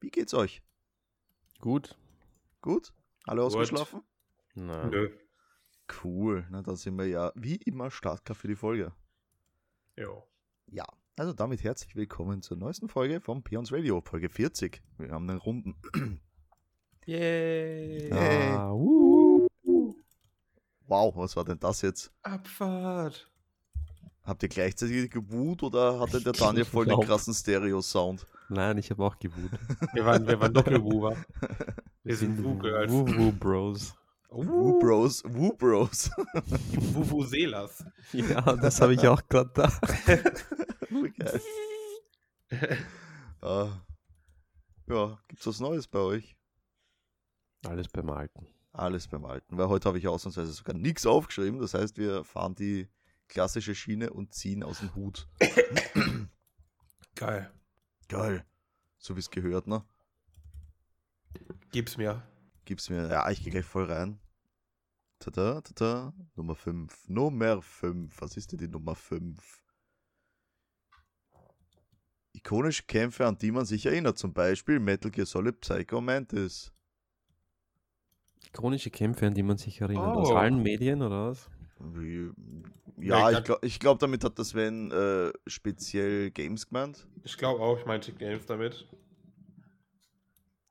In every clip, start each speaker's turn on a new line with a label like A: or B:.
A: Wie geht's euch?
B: Gut.
A: Gut? Alle ausgeschlafen?
B: Nein.
C: Nö.
A: Cool, na, da sind wir ja wie immer startklar für die Folge.
C: Ja.
A: Ja, also damit herzlich willkommen zur neuesten Folge vom Peons Radio, Folge 40. Wir haben den Runden.
C: Yay.
A: Hey.
B: Ah, uh.
A: Wow, was war denn das jetzt?
C: Abfahrt.
A: Habt ihr gleichzeitig gewut oder hatte der Daniel voll den
B: glaub.
A: krassen Stereo-Sound?
B: Nein, ich habe auch gewut.
C: Wir waren, wir waren Doppelbuber. Wir sind Oh, Wu-Girls.
B: Woo Woo Bros.
A: Woo Bros, Woo Bros.
C: Wu-Wu-Selas.
B: Ja, das habe ich auch gerade da.
A: Geil. ah. Ja, gibt's was Neues bei euch?
B: Alles beim Alten.
A: Alles beim Alten, weil heute habe ich ausnahmsweise sogar nichts aufgeschrieben. Das heißt, wir fahren die klassische Schiene und ziehen aus dem Hut.
C: Geil.
A: Geil. So wie es gehört, ne?
C: Gib's mir.
A: Gib's mir. Ja, ich gehe gleich voll rein. Tada, tada. Nummer 5. Nummer 5. Was ist denn die Nummer 5? Ikonische Kämpfe, an die man sich erinnert. Zum Beispiel Metal Gear Solid Psycho Mantis.
B: Chronische Kämpfe, an die man sich erinnert.
C: Oh.
B: Aus allen Medien oder was?
A: Wie- Ja, ich
C: Ja, ich glaub-
A: glaube, ich glaub, damit hat das Sven äh, speziell Games gemeint.
C: Ich glaube auch, ich meinte Games damit.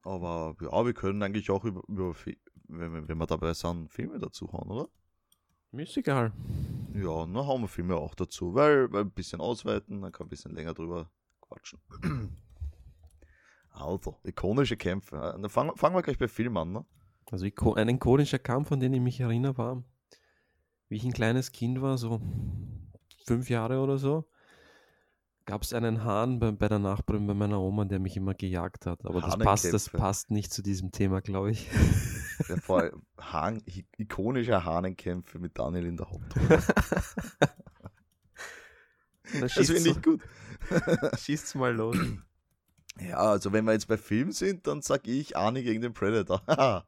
A: Aber ja, wir können eigentlich auch über, über Fi- wenn, wir- wenn wir dabei sind, Filme dazu hauen, oder?
B: Mir ist egal.
A: Ja, na hauen wir Filme auch dazu, weil, weil ein bisschen ausweiten, dann kann man ein bisschen länger drüber quatschen. Also, ikonische Kämpfe. Äh, Dann fangen, fangen wir gleich bei Film an, ne?
B: Also iko- ein ikonischer Kampf, an den ich mich erinnere, war, wie ich ein kleines Kind war, so fünf Jahre oder so, gab es einen Hahn bei, bei der Nachbarin bei meiner Oma, der mich immer gejagt hat. Aber das passt, das
A: Hahnenkämpfe.
B: passt nicht zu diesem Thema, glaube ich.
A: Der Fall Hahn, hi- ikonische Hahnenkämpfe mit Daniel in der Hauptrolle.
B: Da
A: Das finde ich gut.
B: schießt's mal los.
A: Ja, also wenn wir jetzt bei Film sind, dann sag ich Arnie gegen den Predator. Haha.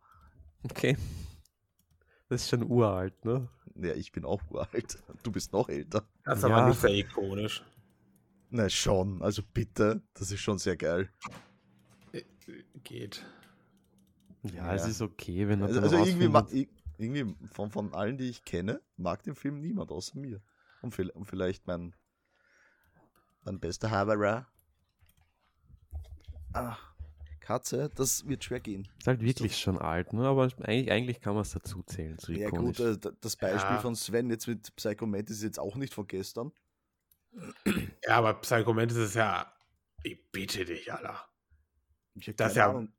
B: Okay. Das ist schon uralt, ne?
A: ja, ich bin auch uralt. Du bist noch älter.
C: Das ist
B: Ja.
C: aber nicht sehr ikonisch.
A: Na schon, also bitte. Das ist schon sehr geil.
C: Äh, äh, Geht.
B: Ja,
A: Ja.
B: es ist okay, wenn er
A: Also,
B: dann
A: also irgendwie,
B: rausfindet-
A: mag, ir- irgendwie von, von allen, die ich kenne, mag den Film niemand außer mir. Und, viel, und vielleicht mein, mein bester Haberer. Ah, Katze, das wird schwer gehen.
B: ist halt wirklich schon alt, ne? Aber eigentlich, eigentlich kann man es dazu zählen, zu
A: Ja
B: ikonisch.
A: gut, äh, d- das Beispiel
C: Ja.
A: von Sven jetzt mit Psychomantis ist jetzt auch nicht von gestern.
C: Ja, aber Psychomantis ist ja. Ich bitte dich, Alter.
A: Ich hab
C: Das
A: keine
C: ja-
A: Ahnung,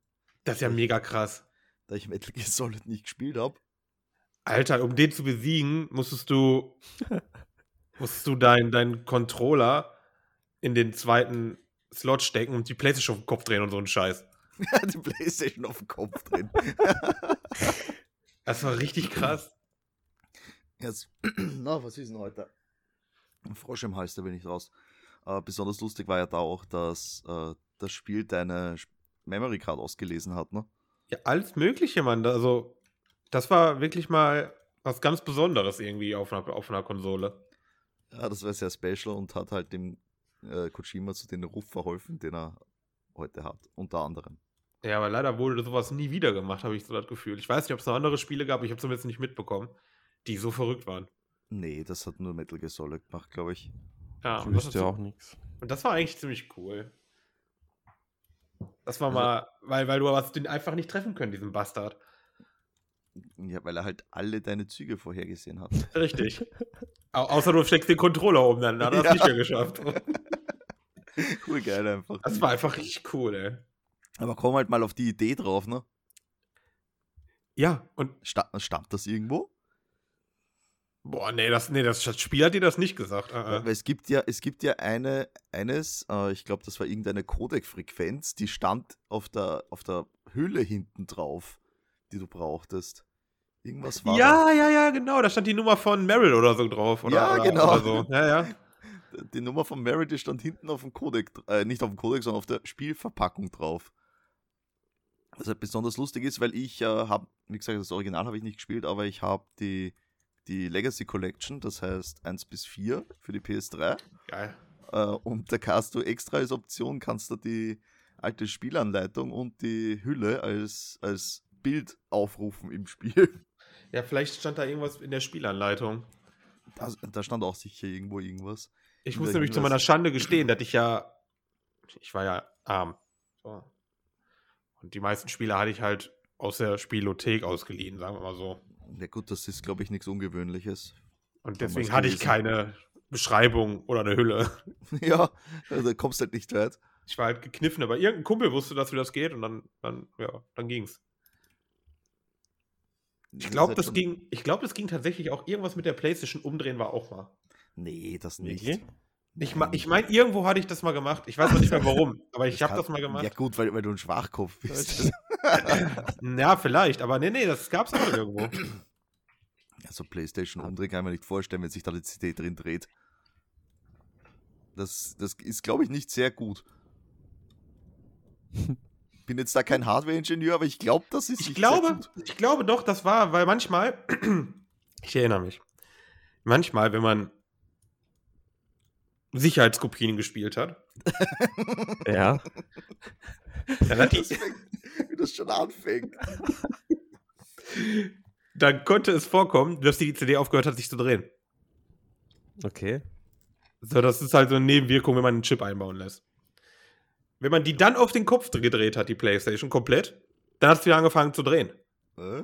C: Das ist ja mega krass.
A: da ich Metal Gear Solid nicht gespielt habe.
C: Alter, um den zu besiegen, musstest du, musstest du deinen deinen Controller in den zweiten Slot stecken und die Playstation auf den Kopf drehen und so einen Scheiß.
A: die Playstation auf dem Kopf drin.
C: Das war richtig krass.
A: Jetzt, na, was ist denn heute? Ein Frosch im Hals, da bin ich raus. Äh, besonders lustig war ja da auch, dass äh, das Spiel deine Sp- Memory Card ausgelesen hat, ne?
C: Ja, alles Mögliche, Mann. Da- Also, das war wirklich mal was ganz Besonderes irgendwie auf einer, auf einer Konsole.
A: Ja, das war sehr special und hat halt dem äh, Kojima zu den Ruf verholfen, den er heute hat, unter anderem.
C: Ja, aber leider wurde sowas nie wieder gemacht, habe ich so das Gefühl. Ich weiß nicht, ob es noch andere Spiele gab, ich habe zumindest nicht mitbekommen, die so verrückt waren.
A: Nee, das hat nur Metal Gear Solid gemacht, glaube ich.
C: Ja,
B: ich
C: und das ist
B: wüsste
C: so-
B: auch nichts.
C: Und das war eigentlich ziemlich cool. Das war mal, weil, weil du hast den einfach nicht treffen können, diesen Bastard.
A: Ja, weil er halt alle deine Züge vorhergesehen hat.
C: Richtig. Au außer du steckst den Controller um, dann hat er es
A: Ja.
C: nicht mehr geschafft.
A: cool, geil einfach.
C: Das war einfach richtig cool, ey.
A: Aber komm halt mal auf die Idee drauf, ne?
C: Ja, und
A: Sta stammt das irgendwo?
C: boah, nee, das, nee, das, das Spiel hat dir das nicht gesagt. Ah,
A: Weil es gibt ja, es gibt ja eine, eines, äh, ich glaube, das war irgendeine Codec-Frequenz, die stand auf der, auf der Hülle hinten drauf, die du brauchtest. Irgendwas
C: ah.
A: war
C: Ja, ja, ja, genau. Da stand die Nummer von Meryl oder so drauf. Oder,
A: Ja,
C: oder,
A: genau.
C: Oder so. Ja, ja.
A: da. Die Nummer von Mary, die stand hinten auf dem Codec, äh, nicht auf dem Codec, sondern auf der Spielverpackung drauf. Was halt besonders lustig ist, weil ich äh, habe, wie gesagt, das Original habe ich nicht gespielt, aber ich habe die, die Legacy Collection, das heißt 1 bis 4 für die PS3.
C: Geil.
A: Äh, und da kannst du extra als Option, kannst du die alte Spielanleitung und die Hülle als, als Bild aufrufen im Spiel.
C: Ja, vielleicht stand da irgendwas in der Spielanleitung.
A: Da, da stand auch sicher irgendwo irgendwas.
C: Ich
A: Dieser
C: muss nämlich zu
A: Hinweis-
C: meiner Schande gestehen, dass ich ja. Ich war ja arm. So. Und die meisten Spiele hatte ich halt aus der Spielothek ausgeliehen, sagen wir mal so.
A: Na gut, das ist, glaube ich, nichts Ungewöhnliches.
C: Und
A: Damals
C: deswegen hatte ich
A: gewesen.
C: keine Beschreibung oder eine Hülle.
A: ja, also da kommst halt nicht weit.
C: Ich war halt gekniffen, aber irgendein Kumpel wusste, dass wie das geht und dann, dann, ja, dann ging's. Ich glaube,
A: ist halt
C: das
A: schon-
C: ging, ich glaube, das ging tatsächlich auch irgendwas mit der Playstation umdrehen war auch mal.
A: Nee, das nicht.
B: Wirklich?
C: Ich, ma- ich meine, irgendwo hatte ich das mal gemacht. Ich weiß noch nicht mehr warum, aber ich habe
A: kann-
C: das mal gemacht.
A: Ja, gut, weil, weil du ein Schwachkopf bist.
C: Ja, vielleicht, aber nee, nee, das gab's auch irgendwo.
A: Also Playstation umdrehen kann ich mir nicht vorstellen, wenn sich da die CD drin dreht. Das, das ist, glaube ich, nicht sehr gut. Bin jetzt da kein Hardware-Ingenieur, aber ich glaube, das ist
C: Ich
A: nicht
C: glaube,
A: sehr gut.
C: ich glaube doch, das war, weil manchmal, ich erinnere mich, manchmal, wenn man Sicherheitskopien gespielt hat,
B: Ja.
C: dann, hat die,
A: Wie das schon anfängt.
C: dann konnte es vorkommen, dass die CD aufgehört hat, sich zu drehen.
B: Okay.
C: So, das ist halt so eine Nebenwirkung, wenn man einen Chip einbauen lässt. Wenn man die dann auf den Kopf gedreht hat, die Playstation komplett, dann hat es wieder angefangen zu drehen.
A: Äh?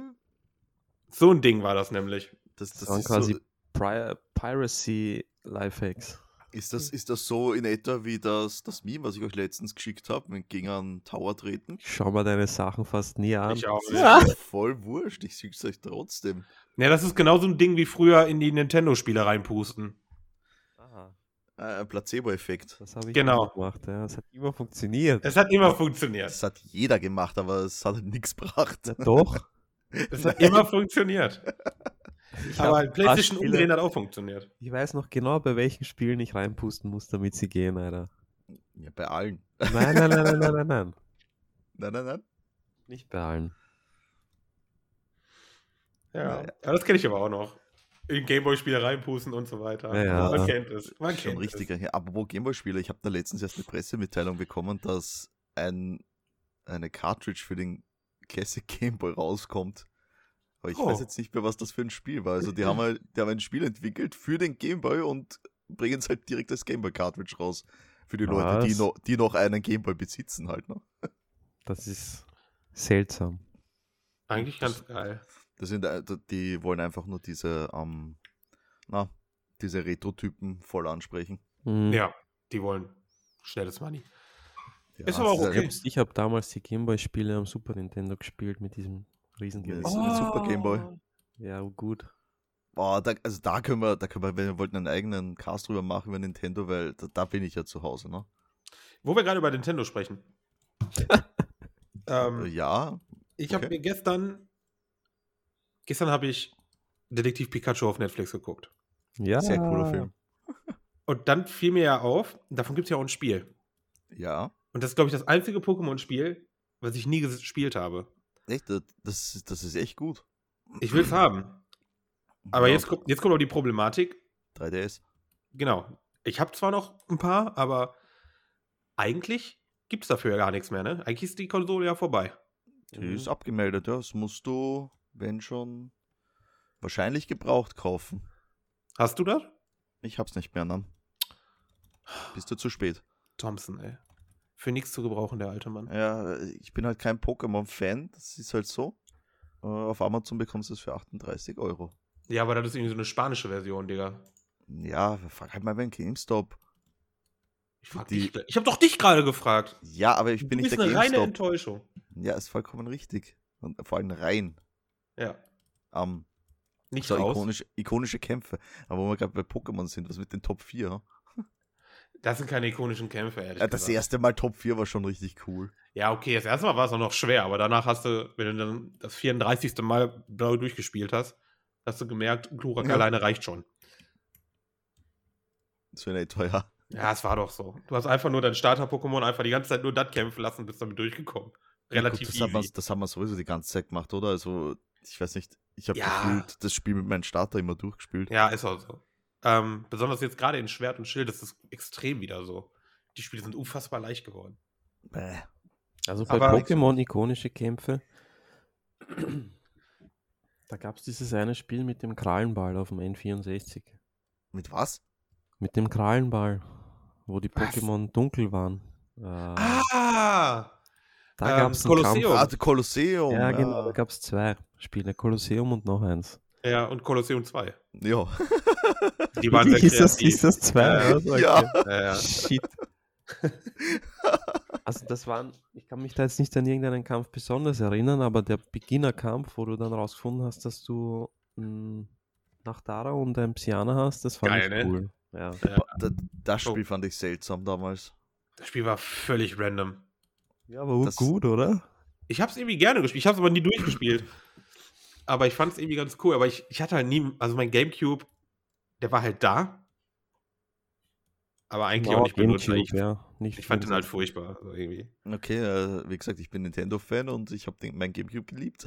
C: So ein Ding war das nämlich.
A: Das, das
B: Das waren
A: ist,
B: quasi
A: so,
B: Pri Piracy Lifehacks.
A: ist, das, ist das so in etwa wie das, das Meme, was ich euch letztens geschickt habe, mit gegen einen Tower treten?
B: Ich schau mal deine Sachen fast nie an.
C: Ich auch
A: Das ist
C: nicht.
A: mir voll wurscht, ich süß euch trotzdem.
C: Ja, das ist genau so ein Ding wie früher in die Nintendo-Spiele reinpusten.
B: Aha,
A: Äh, Placebo-Effekt.
B: das habe ich
C: Genau.
B: auch gemacht. Ja. Das hat immer funktioniert.
C: Es hat immer funktioniert.
A: Das hat jeder gemacht, aber es hat nichts gebracht.
B: Na doch.
C: Es hat immer funktioniert.
B: Ich hab
C: Aber
B: ein paar
C: PlayStation
B: Spiele-
C: umdrehen hat auch funktioniert.
B: Ich weiß noch genau, bei welchen Spielen ich reinpusten muss, damit sie gehen, Alter.
A: Ja, bei allen.
B: Nein, nein, nein, nein, nein, nein, nein.
A: Nein, nein, nein.
B: Nicht bei allen.
C: Ja.
A: Naja.
C: Aber das kenne ich aber auch noch. In Gameboy-Spiele reinpusten und so weiter.
B: Ja.
C: Man kennt es. Man
A: Schon
C: kennt
A: richtiger. Ja, apropos Gameboy-Spieler, ich habe da letztens erst eine Pressemitteilung bekommen, dass ein, eine Cartridge für den Classic Gameboy rauskommt. Aber ich
C: Oh.
A: weiß jetzt nicht mehr, was das für ein Spiel war. Also die haben, halt, die haben ein Spiel entwickelt für den Gameboy und bringen es halt direkt als Gameboy-Cartridge raus. Für die Leute, die,
B: Was?
A: noch die noch einen Gameboy besitzen halt noch.
B: Das ist seltsam.
C: es. Eigentlich ganz geil.
A: Das sind, äh, die wollen einfach nur diese, ähm, na, diese Retro-Typen voll ansprechen.
B: Mhm.
C: Ja, die wollen schnelles Money.
A: Ja,
C: Ist aber auch
A: das
C: okay.
B: Ich habe damals die Gameboy-Spiele am Super Nintendo gespielt mit diesem Riesengeld.
A: Das ist ein super Gameboy.
B: Ja, gut.
A: Boah, da, also da können wir, da können wir, wenn wir wollten einen eigenen Cast drüber machen über Nintendo, weil da, da bin ich ja zu Hause, ne?
C: Wo wir gerade über Nintendo sprechen. ähm,
A: Äh, Ja,
C: Ich habe
A: Okay.
C: mir gestern. Gestern habe ich Detektiv Pikachu auf Netflix geguckt.
B: Ja.
A: sehr cooler Film.
C: Und dann fiel mir ja auf, davon gibt es ja auch ein Spiel.
A: Ja.
C: Und das ist, glaube ich, das einzige Pokémon-Spiel, was ich nie gespielt habe.
A: Echt, das- das, ist- das ist echt gut.
C: Ich will es haben. Aber
A: Ja,
C: jetzt, kommt, jetzt kommt auch die Problematik.
A: 3DS.
C: Genau. Ich habe zwar noch ein paar, aber eigentlich gibt es dafür ja gar nichts mehr, ne? Eigentlich ist die Konsole ja vorbei.
A: Die
B: Mhm.
A: ist abgemeldet, ja. Das musst du, wenn schon, wahrscheinlich gebraucht kaufen.
C: Hast du das?
A: Ich hab's nicht mehr, ne? Bist du zu spät.
C: Thompson, ey. Für nichts zu gebrauchen, der alte Mann.
A: Ja, ich bin halt kein Pokémon-Fan, das ist halt so. Äh, Auf Amazon bekommst du es für 38 Euro.
C: Ja, aber das ist irgendwie so eine spanische Version, Digga.
A: Ja, frag halt mal beim GameStop.
C: Ich, frag
A: Die-
C: dich gleich- ich habe doch dich gerade gefragt.
A: Ja, aber ich bin
C: du
A: nicht
C: bist
A: der
C: eine reine
A: GameStop.
C: Enttäuschung.
A: Ja, ist vollkommen richtig. Und vor allem rein.
C: Ja.
A: Ähm,
C: Nicht
A: so
C: raus.
A: ikonische, ikonische Kämpfe. Aber wo wir gerade bei Pokémon sind, was mit den Top 4?
C: Das sind keine ikonischen Kämpfe, ehrlich
A: Ja, das
C: gesagt.
A: erste Mal Top 4 war schon richtig cool.
C: Ja, okay, das erste Mal war es auch noch schwer, aber danach hast du, wenn du dann das 34. Mal blau durchgespielt hast, hast du gemerkt, Glurak
A: Ja.
C: alleine reicht schon.
A: So in etwa, ja.
C: Ja, es war doch so. Du hast einfach nur dein Starter-Pokémon einfach die ganze Zeit nur das kämpfen lassen, bist damit durchgekommen. Relativ
A: Gut, das, haben wir,
C: easy.
A: das haben wir sowieso die ganze Zeit gemacht, oder? Also, ich weiß nicht. Ich habe
C: Ja.
A: gefühlt das Spiel mit meinem Starter immer durchgespielt.
C: Ja, ist auch so. Ähm, besonders jetzt gerade in Schwert und Schild ist es extrem wieder so. Die Spiele sind unfassbar leicht geworden.
A: Bäh.
B: Also bei
C: Aber-
B: Pokémon ikonische Kämpfe. Da gab es dieses eine Spiel mit dem Krallenball auf dem N64.
A: Mit was?
B: Mit dem Krallenball, wo die
C: Was?
B: Pokémon dunkel waren. Äh,
C: Ah!
B: da
C: ähm,
B: gab es einen Kampf.
C: Kolosseum.
A: Ah, the Colosseum. Ah.
B: Ja, genau, da gab es zwei Spiele, Kolosseum und noch eins.
C: Ja, und Kolosseum 2.
A: Ja.
C: Die waren sehr
B: Hieß das, hieß
C: kreativ.
B: das zwei?
C: Ja,
B: oder so?
A: ja.
B: Okay.
C: Ja, ja.
B: Shit. Also das waren, ich kann mich da jetzt nicht an irgendeinen Kampf besonders erinnern, aber der Beginnerkampf, wo du dann rausgefunden hast, dass du mh, nach Dara und ein Psyaner hast, das fand
C: Geil,
B: ich
C: ne?
B: cool. Ja.
A: Da, das
C: Oh.
A: Spiel fand ich seltsam damals.
C: Das Spiel war völlig random.
B: ja, aber
A: Das-
B: gut, oder?
C: Ich hab's irgendwie gerne gespielt. Ich hab's aber nie durchgespielt. Aber ich fand's irgendwie ganz cool. Aber ich, ich hatte halt nie, also mein Gamecube, der war halt da. Aber eigentlich auch nicht benutzt. Ich,
B: ja. nicht
C: ich fand den
B: benutzt.
C: halt furchtbar. Also irgendwie.
A: Okay, äh, wie gesagt, ich bin Nintendo-Fan und ich habe mein Gamecube geliebt.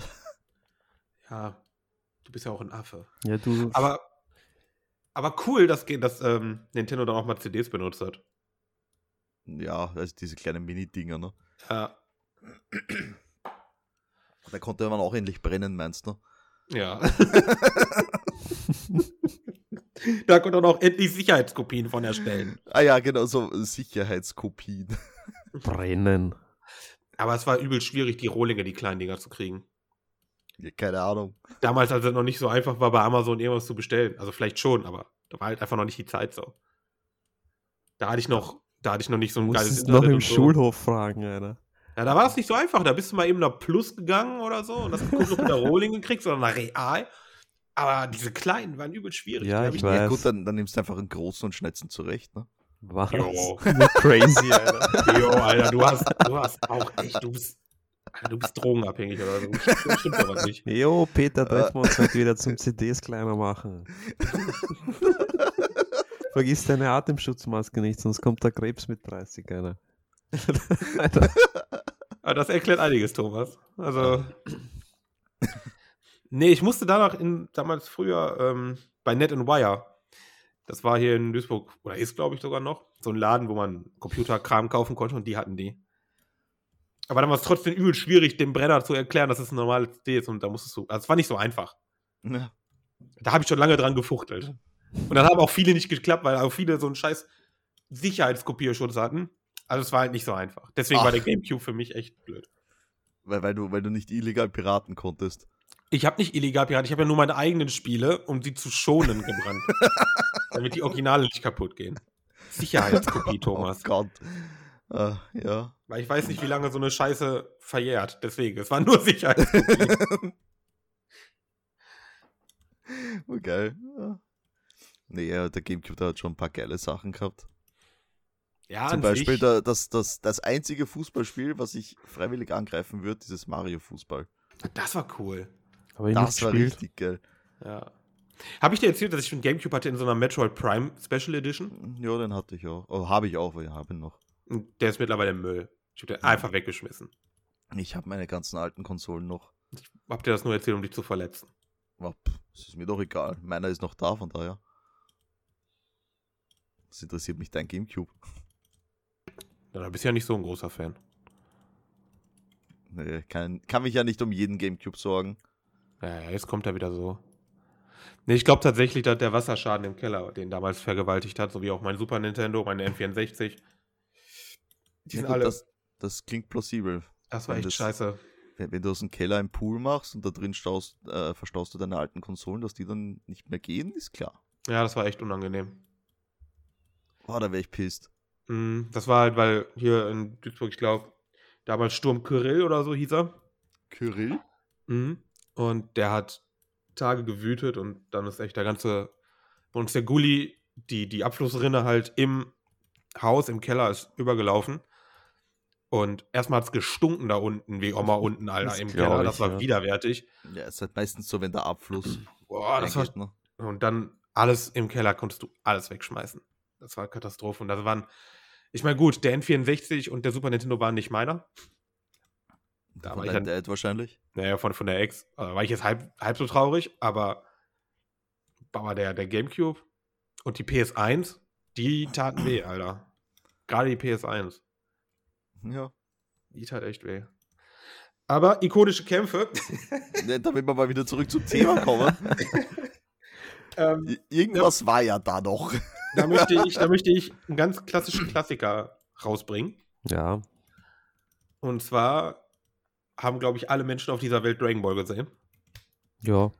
C: Ja, du bist ja auch ein Affe.
B: Ja, du,
C: Aber, aber cool, dass, ge- dass ähm, Nintendo dann auch mal CDs benutzt hat.
A: Ja, also diese kleinen Mini-Dinger, ne?
C: Ja,
A: Da konnte man auch endlich brennen, meinst du? ne?
C: ja. da konnte man auch endlich Sicherheitskopien von erstellen.
A: Ah ja, genau, so Sicherheitskopien.
B: brennen.
C: Aber es war übel schwierig, die Rohlinge, die kleinen Dinger zu kriegen.
A: Ja, keine Ahnung.
C: Damals, als es noch nicht so einfach war, bei Amazon irgendwas zu bestellen. Also vielleicht schon, aber da war halt einfach noch nicht die Zeit so. Da hatte ich noch, da hatte ich noch nicht so
B: Du
C: ein
B: musst
C: geiles
B: es noch im
C: und so.
B: Schulhof fragen, Alter.
C: Ja, da war es nicht so einfach. Da bist du mal eben nach Plus gegangen oder so und hast geguckt, ob du da Rohlinge kriegst oder nach Real. Aber diese kleinen waren übel schwierig.
B: Ja,
C: Die hab
B: ich
C: ich
B: weiß.
A: Ja, gut, dann, dann nimmst du einfach einen großen und schneidest ihn zurecht, ne?
B: Was?
C: Jo.
B: Crazy, Alter.
C: Jo, Alter, du hast, du hast auch echt, du bist, Alter, du bist drogenabhängig oder so. Das stimmt doch was nicht.
B: Jo, Peter,
C: Äh.
B: treffen wir uns heute wieder zum CDs kleiner machen. Vergiss deine Atemschutzmaske nicht, sonst kommt der Krebs mit 30, Alter. Alter.
C: Aber das erklärt einiges, Thomas. Also. nee, ich musste danach in, damals früher ähm, bei Net Wire. Das war hier in Duisburg, oder ist, glaube ich, sogar noch, so ein Laden, wo man Computerkram kaufen konnte und die hatten die. Aber dann war es trotzdem übel schwierig, dem Brenner zu erklären, dass es ein normales CD ist und da musstest du. Also es war nicht so einfach.
A: Ja.
C: Da habe ich schon lange dran gefuchtelt. Und dann haben auch viele nicht geklappt, weil auch viele so einen scheiß Sicherheitskopierschutz hatten. Also es war halt nicht so einfach. Deswegen war
A: Ach.
C: der GameCube für mich echt blöd.
A: Weil, weil, du, weil du nicht illegal piraten konntest.
C: Ich habe nicht illegal Pirat, ich habe ja nur meine eigenen Spiele, um sie zu schonen, gebrannt. damit die Originale nicht kaputt gehen. Sicherheitskopie, Thomas.
A: Oh Gott. Äh, ja.
C: Weil ich weiß nicht, wie lange so eine Scheiße verjährt. Deswegen, es war nur Sicherheitskopie.
A: Okay. Ja. Oh, Ah. Nee, ja, der Gamecube der hat schon ein paar geile Sachen gehabt.
C: ja,
A: Zum
C: an
A: Beispiel
C: sich-
A: da, das, das, das einzige Fußballspiel, was ich freiwillig angreifen würde, dieses Mario-Fußball.
C: Das war cool.
B: Aber ich nicht
A: Das war
B: gespielt.
A: richtig geil.
C: Ja. Habe ich dir erzählt, dass ich einen Gamecube hatte in so einer Metroid Prime Special Edition?
A: Ja, den hatte ich auch. Oh, habe ich auch, weil ich habe ihn noch.
C: Und der ist mittlerweile Müll. Ich habe den einfach weggeschmissen.
A: Ich habe meine ganzen alten Konsolen noch.
C: Hab dir das nur erzählt, um dich zu verletzen?
A: Aber pff, es ist mir doch egal. Meiner ist noch da, von daher. Das interessiert mich dein Gamecube.
C: Na, da bist du ja nicht so ein großer Fan.
A: Nee, kann, kann mich ja nicht um jeden Gamecube sorgen.
C: Ja, ja, jetzt kommt er wieder so. Nee, ich glaube tatsächlich, dass der Wasserschaden im Keller, den damals vergewaltigt hat, sowie auch mein Super Nintendo, meine N64. Die
A: Ja,
C: sind
A: gut,
C: alle.
A: Das,
C: Das,
A: das klingt plausibel.
C: war
A: wenn
C: echt
A: das-
C: scheiße.
A: Wenn, wenn du aus dem Keller einen Pool machst und da drin staust, äh, verstaust du deine alten Konsolen, dass die dann nicht mehr gehen, ist klar.
C: Ja, das war echt unangenehm.
A: Boah, da wäre ich pisst.
C: Mm, Das war halt, weil hier in Duisburg, ich glaube, damals Sturm Kyrill oder so hieß er.
A: Kyrill?
C: Mhm. Und der hat Tage gewütet und dann ist echt der ganze, bei uns der Gully, die, die Abflussrinne halt im Haus, im Keller ist übergelaufen. Und erstmal hat es gestunken da unten, wie Oma unten, Alter,
B: Das
C: im
B: glaub
C: Keller.
B: ich,
C: Das war
B: ja.
C: widerwärtig.
A: Ja, ist halt meistens so, wenn der Abfluss.
C: Boah, Ah, das war,
A: reingeht, ne?
C: und dann alles im Keller konntest du alles wegschmeißen. Das war Katastrophe. Und das waren, ich meine, gut, der N64 und der Super Nintendo waren nicht meiner. Da war
A: Von
C: ich halt
A: deinem
C: dann-
A: Dad wahrscheinlich.
C: Naja, von, von der Ex. Also war ich jetzt halb, halb so traurig, aber, aber der, der Gamecube und die PS1, die taten weh, Alter. Gerade die PS1.
A: Ja.
C: Die tat echt weh. Aber ikonische Kämpfe.
A: Ne, Damit wir mal wieder zurück zum Thema kommen.
C: ähm,
A: I- Irgendwas war ja da noch.
C: da, möchte ich, da möchte ich einen ganz klassischen Klassiker rausbringen.
B: Ja,
C: Und zwar haben, glaube ich, alle Menschen auf dieser Welt Dragon Ball gesehen.
B: ja.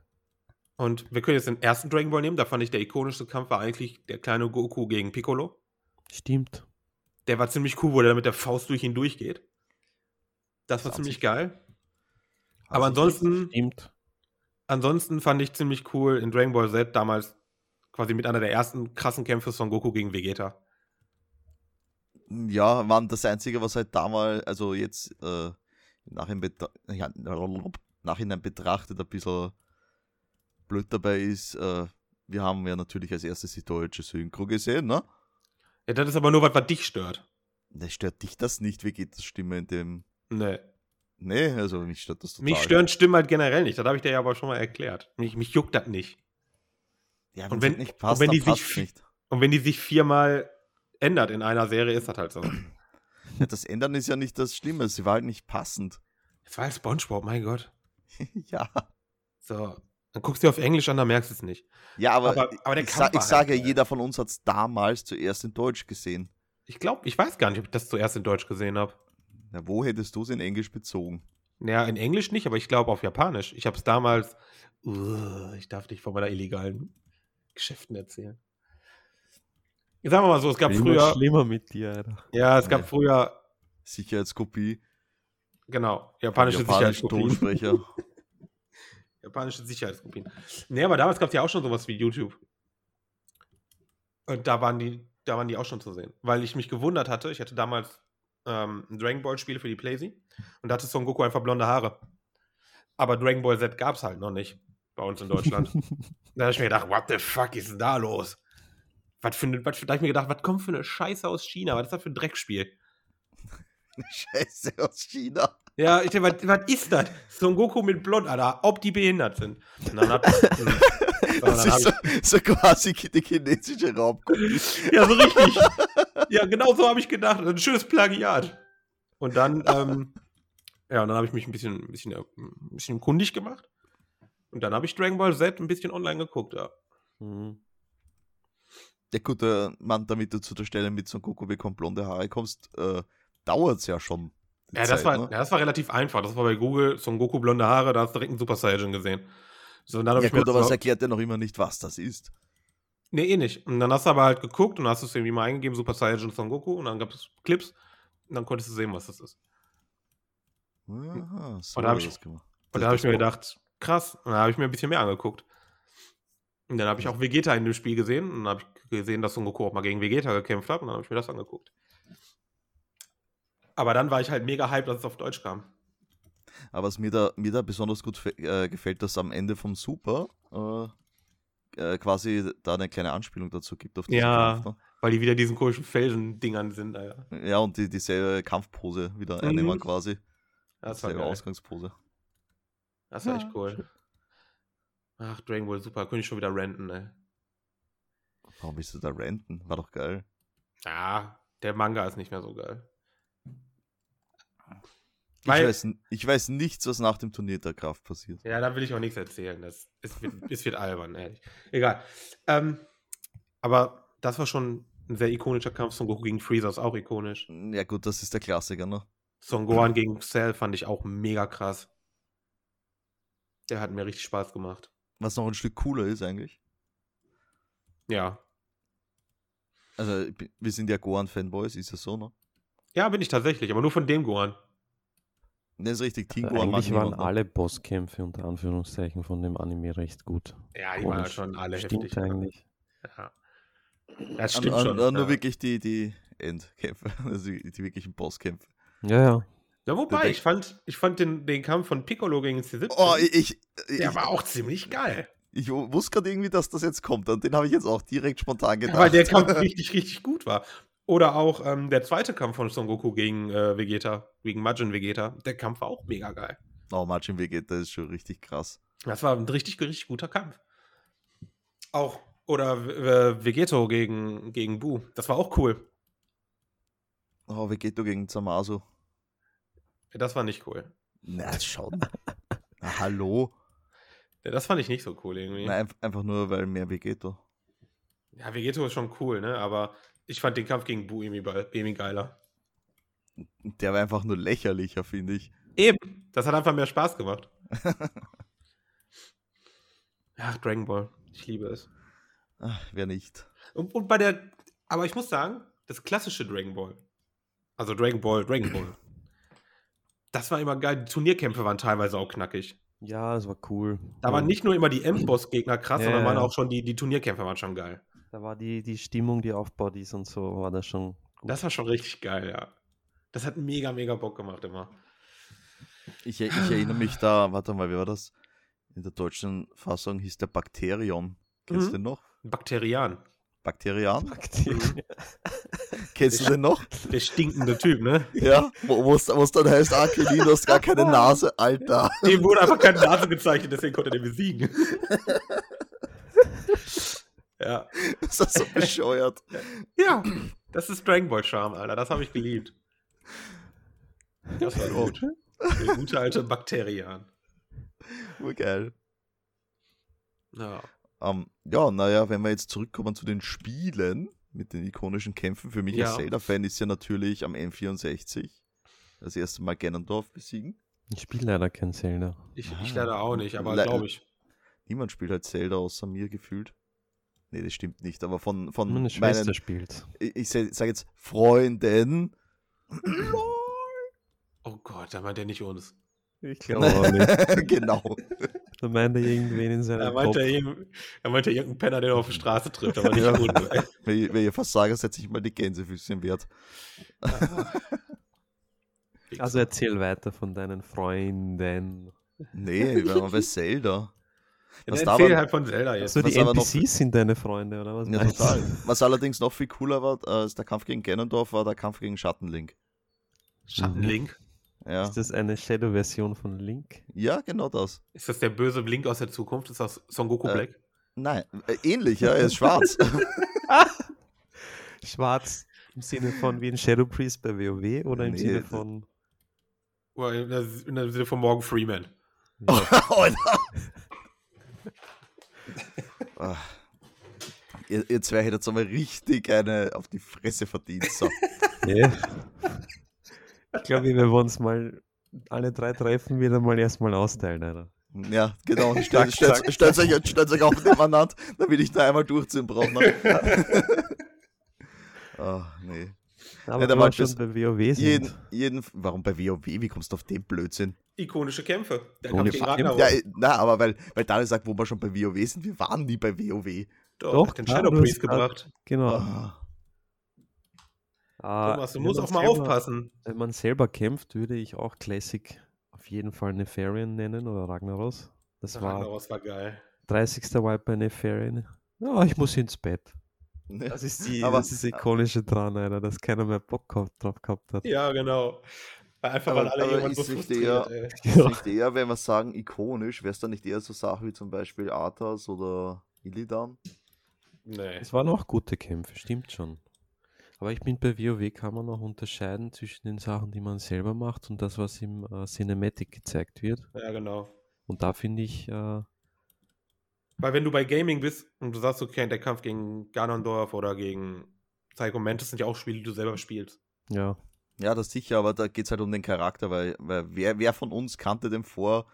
C: Und wir können jetzt den ersten Dragon Ball nehmen. Da fand ich, der ikonischste Kampf war eigentlich der kleine Goku gegen Piccolo.
B: Stimmt.
C: Der war ziemlich cool, wo der mit der Faust durch ihn durchgeht. Das war
A: Das hat
C: ziemlich
A: sich-
C: geil. Aber ansonsten,
B: Stimmt.
C: ansonsten fand ich ziemlich cool in Dragon Ball Z damals quasi mit einer der ersten krassen Kämpfe von Goku gegen Vegeta.
A: Ja, waren das Einzige, was halt damals, also jetzt äh, im Nachhinein, betra ja, Nachhinein betrachtet, ein bisschen blöd dabei ist. Äh, wir haben ja natürlich als erstes die deutsche Synchro gesehen, ne?
C: Ja, das ist aber nur was, was dich stört.
A: Ne, stört dich das nicht? Wie geht das Stimme in dem.
C: Nee.
A: Nee, also mich stört das total.
C: Ne. Mich stören Stimmen halt generell nicht. Das habe ich dir ja aber schon mal erklärt. Mich, mich juckt das nicht.
A: Ja,
C: und
A: wenn's
C: wenn-
A: halt nicht passt,
C: und wenn
A: dann
C: die sich
A: passt
C: fi-
A: nicht.
C: Und wenn die sich viermal ändert in einer Serie, ist das halt so.
A: Ja, Das Ändern ist ja nicht das Schlimme, sie war halt nicht passend.
C: Es war halt Spongebob, mein Gott.
A: ja.
C: So. Dann guckst du dir auf Englisch an, dann merkst du es nicht.
A: Ja, aber,
C: Aber- aber der
A: ich,
C: Kampf
A: sa ich
C: war
A: sage
C: halt
A: ja,
C: geil.
A: jeder von uns hat es damals zuerst in Deutsch gesehen.
C: Ich glaube, ich weiß gar nicht, ob ich das zuerst in Deutsch gesehen habe.
A: Na, wo hättest du es in Englisch bezogen?
C: Naja, in Englisch nicht, aber ich glaube auf Japanisch. Ich habe es damals. Uah, ich darf nicht von meiner illegalen Geschäften erzählen. Sagen wir mal so, es gab
B: Wird immer
C: früher.
B: schlimmer mit dir, Alter.
C: Ja, es gab
A: Nee.
C: früher,
A: Sicherheitskopie,
C: genau, japanische Sicherheitskopien.
A: Tonsprecher.
C: Japanische Sicherheitskopien. Nee, aber damals gab es ja auch schon sowas wie YouTube. Und da waren die, da waren die auch schon zu sehen. Weil ich mich gewundert hatte, ich hatte damals ähm, ein Dragon Ball Spiel für die Playsee und da hatte Son Goku einfach blonde Haare. Aber Dragon Ball Z gab es halt noch nicht bei uns in Deutschland. da habe ich mir gedacht, what the fuck ist denn da los? Was für, ne- was für, da habe ich mir gedacht, was kommt für eine Scheiße aus China? Was ist das für ein Dreckspiel?
A: Scheiße aus China.
C: Ja, ich denke, was, was ist das? Son Goku mit blond, Alter, ob die behindert sind. Und dann hat, so, und
A: Das
C: hab
A: ist so, so quasi die chinesische Raubkopie.
C: Ja, so richtig. ja, genau so habe ich gedacht. Ein schönes Plagiat. Und dann, ähm, ja, und dann habe ich mich ein bisschen, ein bisschen, äh, ein bisschen kundig gemacht. Und dann habe ich Dragon Ball Z ein bisschen online geguckt, ja.
B: Mhm.
A: Ja gut, äh, Mann, damit du zu der Stelle mit Son Goku bekommt blonde Haare kommst, äh, dauert es ja schon. die
C: Ja, das
A: Zeit,
C: war,
A: ne?
C: ja, das war relativ einfach. Das war bei Google Son Goku blonde Haare, da hast du direkt einen Super Saiyan gesehen. So, und dann hab
A: ja
C: ich mir
A: gut, aber
C: das
A: es
C: so,
A: erklärt ja noch immer nicht, was das ist.
C: Nee, eh nicht. Und dann hast du aber halt geguckt und hast es irgendwie mal eingegeben, Super Saiyan Son Goku, und dann gab es Clips und dann konntest du sehen, was das ist.
A: Aha, so
C: Hm. Und da hab
A: hat
C: ich-
A: er's gemacht.
C: Und
A: Das-
C: da habe
A: das
C: ich mir
A: braucht-
C: gedacht, krass. Und dann habe ich mir ein bisschen mehr angeguckt. Und dann habe ich auch Vegeta in dem Spiel gesehen. Und dann habe ich gesehen, dass Son Goku auch mal gegen Vegeta gekämpft hat. Und dann habe ich mir das angeguckt. Aber dann war ich halt mega hyped, als es auf Deutsch kam.
A: Aber was mir da, mir da besonders gut fe- äh, gefällt, dass am Ende vom Super äh, äh, quasi da eine kleine Anspielung dazu gibt auf diesen
C: Ja.
A: Kampf.
C: Weil die wieder diesen komischen Felsendingern sind, Alter.
A: Ne? Ja, und die, dieselbe Kampfpose wieder
C: Mhm.
A: einnehmen quasi.
C: Das war,
A: dieselbe
C: geil.
A: Ausgangspose.
C: Das war
B: Ja,
C: echt cool. Ach, Dragon Ball Super, könnte ich schon wieder ne? renten, ey.
A: Warum bist du da renten? War doch geil.
C: Ah, der Manga ist nicht mehr so geil.
A: Ich
C: Weil-
A: weiß, n- ich weiß nichts, was nach dem Turnier der Kraft passiert.
C: Ja, da will ich auch nichts erzählen. Das, es, wird, es wird albern, ehrlich. Egal. Ähm, aber das war schon ein sehr ikonischer Kampf. Son Goku gegen Freezer ist auch ikonisch.
A: Ja gut, das ist der Klassiker, ne?
C: Son Gohan gegen Cell fand ich auch mega krass. Der hat mir richtig Spaß gemacht.
A: Was noch ein Stück cooler ist eigentlich.
C: Ja.
A: Also ich bin- wir sind ja Gohan-Fanboys, ist ja so, ne?
C: Ja, bin ich tatsächlich, aber nur von dem Gohan.
A: Das Ne, ist richtig,
C: Äh,
A: Team Gohan mag
B: Äh, Eigentlich waren
A: niemand, ne?
B: alle Bosskämpfe unter Anführungszeichen von dem Anime recht gut.
C: Ja, die
B: Gohan
C: waren halt schon alle
B: Stimmt
C: heftig.
B: eigentlich.
C: Ja. Das
A: An-
C: stimmt
A: an-
C: schon.
A: an- Nur
C: ja.
A: wirklich die, die Endkämpfe, also die, die wirklichen Bosskämpfe.
B: Ja, ja.
C: ja,
A: Der
C: wobei,
A: Deck-
C: ich fand, ich fand den, den Kampf von Piccolo gegen C17.
A: Oh, ich, ich, ich,
C: der war auch ziemlich geil.
A: ich wusste gerade irgendwie, dass das jetzt kommt. An den habe ich jetzt auch direkt spontan gedacht.
C: Weil der Kampf richtig, richtig gut war. Oder auch ähm, der zweite Kampf von Son Goku gegen äh, Vegeta, gegen Majin Vegeta. Der Kampf war auch mega geil.
A: oh, Marcin Vegeta ist schon richtig krass.
C: Das war ein richtig, richtig guter Kampf. Auch, oder V- äh, Vegeto gegen, gegen Bu. Das war auch cool.
A: Oh, Vegeta gegen Zamasu.
C: Das war nicht cool.
A: Na, schon. Na, hallo.
C: Ja, das fand ich nicht so cool irgendwie.
A: Nein, einf- einfach nur, weil mehr Vegeto.
C: Ja, Vegeto ist schon cool, ne? Aber ich fand den Kampf gegen Bu irgendwie bei- irgendwie geiler.
A: Der war einfach nur lächerlicher, finde ich.
C: Eben. Das hat einfach mehr Spaß gemacht. Ach, Dragon Ball. Ich liebe es.
A: Ach, wer nicht?
C: Und, und bei der, aber ich muss sagen, das klassische Dragon Ball, also Dragon Ball, Dragon Ball, das war immer geil. Die Turnierkämpfe waren teilweise auch knackig.
B: Ja, das war cool.
C: Da waren nicht nur immer die Endboss-Gegner krass,
B: Ja,
C: sondern
B: Mhm. ja,
C: waren
B: ja.
C: auch schon die, die Turnierkämpfe waren schon geil.
B: Da war die, die Stimmung, die aufbaut ist und so, war das schon gut.
C: Das war schon richtig geil, ja. Das hat mega, mega Bock gemacht immer.
A: Ich, er- ich erinnere mich da, warte mal, wie war das? In der deutschen Fassung hieß der Bakterion. Kennst du
C: Mhm.
A: den noch?
C: Bakterian.
A: Bakterian?
C: Mhm.
B: Aktiv.
A: Kennst du den noch?
C: Der stinkende Typ, ne?
A: Ja, wo wo es wo's dann heißt, ah, Kelly, du hast gar keine Nase, Alter.
C: Dem wurde einfach keine Nase gezeichnet, deswegen konnte er den besiegen. ja.
A: Ist das so bescheuert?
C: Ja, das ist Dragon Ball Charme, Alter. Das habe ich geliebt. Das war gut. Der gute alte Bakterian.
A: Voll geil.
C: Ja.
A: Ähm, ja, naja, wenn wir jetzt zurückkommen zu den Spielen mit den ikonischen Kämpfen, für mich als
C: Ja.
A: Zelda-Fan ist ja natürlich am N64 das erste Mal Ganondorf besiegen.
B: Ich spiele leider kein Zelda.
C: Ich,
A: Ah.
C: ich leider auch nicht, aber
A: Le-
C: glaube ich.
A: Niemand spielt halt Zelda außer mir gefühlt. Nee, das stimmt nicht, aber von, von
B: Meine Schwester
A: Um meinen,
B: spielt.
A: ich, ich sage jetzt Freunden.
C: Oh Gott, da meint er nicht uns.
B: Ich glaube auch nicht.
A: genau.
B: Da meint er irgendwen in
C: Da
B: seinem
C: meint,
B: Kopf.
C: er irgend- da meint er irgendeinen Penner, den er auf der Straße trifft, aber nicht
A: Ja.
C: uns. ey.
A: Wenn ich, wenn ich fast sage, setze ich mal die Gänsefüßchen wert.
B: Also erzähl weiter von deinen Freunden.
A: Nee, wir waren bei Zelda.
C: Dann
A: was da
C: erzähl
A: war-
C: halt von Zelda jetzt.
B: So die
A: was aber noch-
B: NPCs sind deine Freunde, oder was?
A: Ja,
B: meinst du?
A: total. Was allerdings noch viel cooler war, als der Kampf gegen Ganondorf, war der Kampf gegen Schattenlink.
C: Schattenlink?
A: Ja,
B: Ist das eine Shadow-Version von Link?
A: ja genau das.
C: Ist das der böse Link aus der Zukunft? Ist das Son Goku
A: Äh,
C: Black?
A: Nein, äh, ähnlich, ja, er ist schwarz.
B: Schwarz im Sinne von wie ein Shadow Priest bei WoW oder im
A: Nee,
B: Sinne
A: das-
B: von.
C: Oder in der in der Sinne von Morgan Freeman.
A: Alter. Ah. ihr, ihr zwei hättet aber richtig eine auf die Fresse verdient. So.
B: Ja. Ich glaube, wir wollen uns mal alle drei treffen, wieder mal erstmal austeilen, Alter.
A: Ja, genau. Stellt stellt- stellt euch, stellt euch auf den Mandat, damit ich da einmal durchziehen brauche. Ach, Ah, nee.
B: Aber
A: Ja, da
B: da
A: war
B: war schon
A: das-
B: bei WoW sind.
A: Jeden, jeden, warum bei WoW? Wie kommst du auf den Blödsinn?
C: Ikonische Kämpfe. Der
B: Ohne
C: Kampf gegen
B: Fa-
C: Ragnarok.
A: Ja, äh, na, aber weil, weil Daniel sagt, wo wir schon bei WoW sind, wir waren nie bei WoW.
C: doch,
B: Doch,
C: den
B: klar,
C: Shadow
B: du hast
C: Priest
B: grad-
C: gebracht.
B: Genau.
A: Ah,
B: Ah,
C: Thomas, du
B: wenn
C: musst
B: man
C: auch mal
B: selber-
C: aufpassen.
B: Wenn man selber kämpft, würde ich auch Classic auf jeden Fall Nefarian nennen oder Ragnaros. Das war
C: Ragnaros war geil.
B: 30. Wipe bei Nefarian. Ja, ich muss ins Bett. Das ist die
A: Aber-
B: das ist das ikonische dran, Alter, dass keiner mehr Bock gehabt- drauf gehabt hat.
C: Ja, genau. Weil Einfach
A: Aber-
C: weil alle
A: aber
C: irgendwann so
A: ist nicht
C: frustriert, ey.
A: Ist nicht eher, wenn wir sagen, ikonisch, wäre es dann nicht eher so Sachen wie zum Beispiel Arthas oder Illidan?
C: Nee.
B: Es waren auch gute Kämpfe, stimmt schon. Aber ich bin bei WoW kann man auch unterscheiden zwischen den Sachen, die man selber macht und das, was im äh, Cinematic gezeigt wird.
C: Ja, genau.
B: Und da finde ich, äh,
C: Weil wenn du bei Gaming bist und du sagst, okay, der Kampf gegen Ganondorf oder gegen Psycho Mantis sind ja auch Spiele, die du selber spielst.
B: ja,
A: Ja, das sicher, aber da geht es halt um den Charakter, weil, weil wer, wer von uns kannte denn vor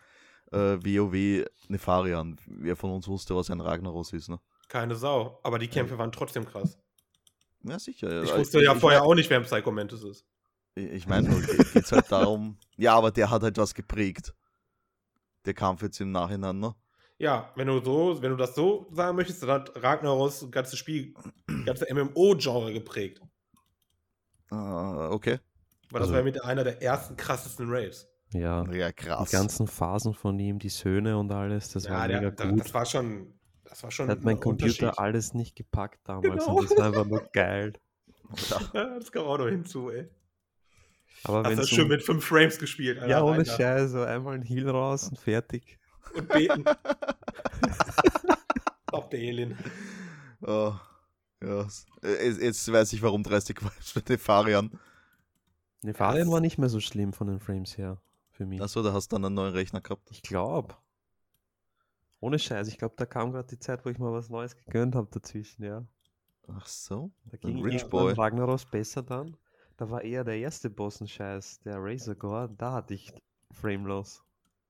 A: äh, WoW Nefarian? Wer von uns wusste, was ein Ragnaros ist? Ne?
C: Keine Sau. Aber die Kämpfe waren trotzdem krass.
A: Ja, sicher. ja. Also,
C: Ich wusste ja vorher auch nicht, wer ein Psycho Mantis ist.
A: Ich, ich meine, geht es halt darum. Ja, aber der hat halt was geprägt. Der Kampf jetzt im Nachhinein, ne?
C: Ja, wenn du so, wenn du das so sagen möchtest, dann hat Ragnaros das ganze Spiel, das ganze MMO-Genre geprägt.
A: Ah, okay.
C: Weil das
B: Also-
C: war mit einer der ersten krassesten Raids.
B: ja,
A: Ja,
B: die
A: krass.
B: ganzen Phasen von ihm, die Söhne und alles, das war
C: der,
B: mega
C: da-
B: gut.
C: das war schon, das war schon
B: hat mein
C: ein Unterschied.
B: Computer alles nicht gepackt damals
C: Genau.
B: und das war einfach nur geil.
A: Ja,
C: Ja, Das kam auch noch hinzu, ey.
B: Aber
C: Hast
B: wenn
C: das
B: so-
C: Also schön mit fünf Frames gespielt, Alter.
B: um ja, ohne
C: Alter.
B: Scheiß, so einmal ein Heal raus und fertig.
C: Und beten. Auf der Elin.
A: Oh, ja. s- äh, Jetzt, jetzt weiß ich, warum 30 Vibes für Nefarian.
B: Ne, Fabian war nicht mehr so schlimm von den Frames her für mich.
A: Achso, da hast du dann einen neuen Rechner gehabt.
B: ich glaube. Ohne Scheiß, ich glaube, da kam gerade die Zeit, wo ich mal was Neues gegönnt habe dazwischen, ja.
A: Ach so.
B: Da
A: Ein
B: ging
A: Rich
B: irgendwann
A: Boy.
B: Ragnaros besser dann. Da war eher der erste Bossen-Scheiß, der Razor Gore. Da hatte ich Framelos.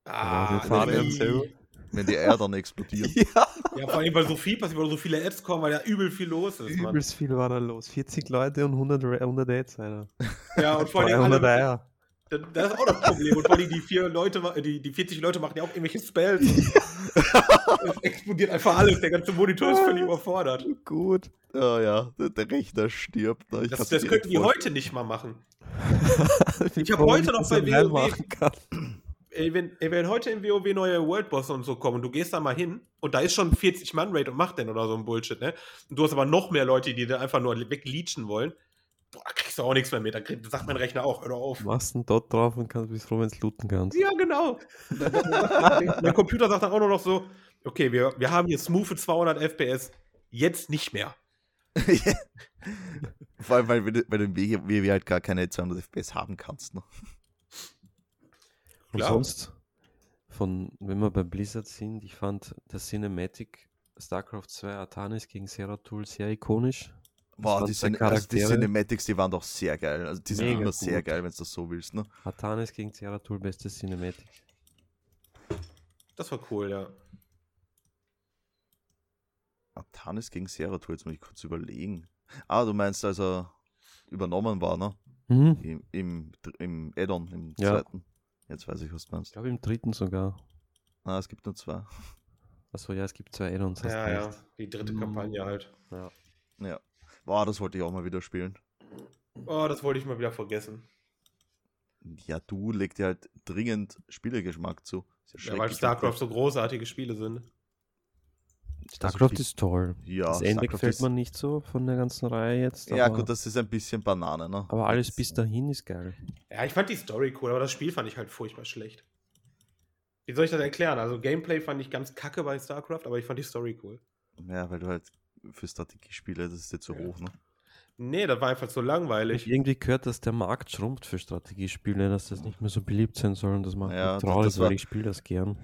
C: Ah,
B: den
A: Fabian
C: nee.
B: Zell.
A: Wenn die Eier dann explodieren.
B: Ja,
C: Ja, vor allem, weil so viel passiert, weil so viele Ads kommen, weil da übel viel los ist. Mann.
B: übelst viel war da los. 40 Leute und 100, Ra- 100 Aids, Alter.
C: Ja, und vor allem
B: 300
C: alle,
B: Eier.
C: das, das ist auch das Problem. Und vor allem die vier Leute, ma- die, die 40 Leute machen ja auch irgendwelche Spells. es explodiert einfach alles. Der ganze Monitor ist völlig überfordert.
B: Gut.
A: Ja, ja, der, der Rechner stirbt. Ich
C: Das,
A: kann's
C: das
A: direkt
C: könnten die
A: vor-
C: heute nicht mal machen. Ich hab heute noch bei WoW Ey, Äh, wenn, ey, wenn heute im WoW neue Worldbosse und so kommen und du gehst da mal hin und da ist schon 40 Mann Raid und macht denn oder so ein Bullshit, ne? Und du hast aber noch mehr Leute, die da einfach nur wegleechen wollen. Boah, da kriegst du auch nichts mehr mit. Da krieg- sagt mein Rechner auch, hör doch auf.
B: Machst einen Dot drauf und kannst bist froh, wenn es looten kannst.
C: Ja, genau. mein Computer sagt dann auch nur noch so, okay, wir, wir haben hier smooth 200 FPS, jetzt nicht mehr.
A: Vor allem, weil, du- weil du im WoW halt gar keine 200 FPS haben kannst. Ne?
B: Und
C: Klar.
B: sonst, von, wenn wir bei Blizzard sind, ich fand das Cinematic StarCraft 2 Atanis gegen Seratul sehr ikonisch.
A: Boah,
B: waren
A: die,
B: zwei
A: Cin also die
B: Charaktere.
A: Cinematics, die waren doch sehr geil. Also die sind
B: Mega
A: immer sehr
B: gut.
A: geil, wenn du das so willst. Ne?
B: Atanis gegen Seratul, beste Cinematic.
C: Das war cool, ja.
A: Atanis Ah, gegen Seratul, jetzt muss ich kurz überlegen. Ah, du meinst, als er übernommen war, ne?
B: Mhm.
A: Im, im, im Add-on, im
B: Ja.
A: zweiten. Jetzt weiß ich, was du
B: Ich
A: meinst.
B: glaube im dritten sogar.
A: Ah, es gibt nur zwei.
B: Achso, ja, es gibt zwei Addons. also hast
C: Ja, ja.
B: recht.
C: Die dritte
A: Mhm.
C: Kampagne halt.
A: Ja. Boah, das wollte ich auch mal wieder spielen.
C: Oh, das wollte ich mal wieder vergessen.
A: Ja, du leg dir halt dringend Spielegeschmack zu. Ist
C: Ja, weil
A: schrecklich.
C: StarCraft so großartige Spiele sind.
B: StarCraft ist toll.
A: Ja,
B: das Ende
A: StarCraft
B: gefällt
A: ist-
B: man nicht so von der ganzen Reihe jetzt.
A: Ja,
B: aber-
A: gut, das ist ein bisschen Banane, ne?
B: Aber alles bis dahin ist geil.
C: Ja, ich fand die Story cool, aber das Spiel fand ich halt furchtbar schlecht. Wie soll ich das erklären? Also Gameplay fand ich ganz kacke bei StarCraft, aber ich fand die Story cool.
A: Ja, weil du halt für Strategiespiele, das ist dir zu
C: Ja.
A: hoch, ne?
C: Nee, das war einfach so
B: Ich
C: langweilig.
B: habe irgendwie gehört, dass der Markt schrumpft für Strategiespiele, dass das nicht mehr so beliebt sein soll und das macht
A: Ja,
B: mich
A: das-
B: traurig,
A: das war-
B: weil ich spiele das gern.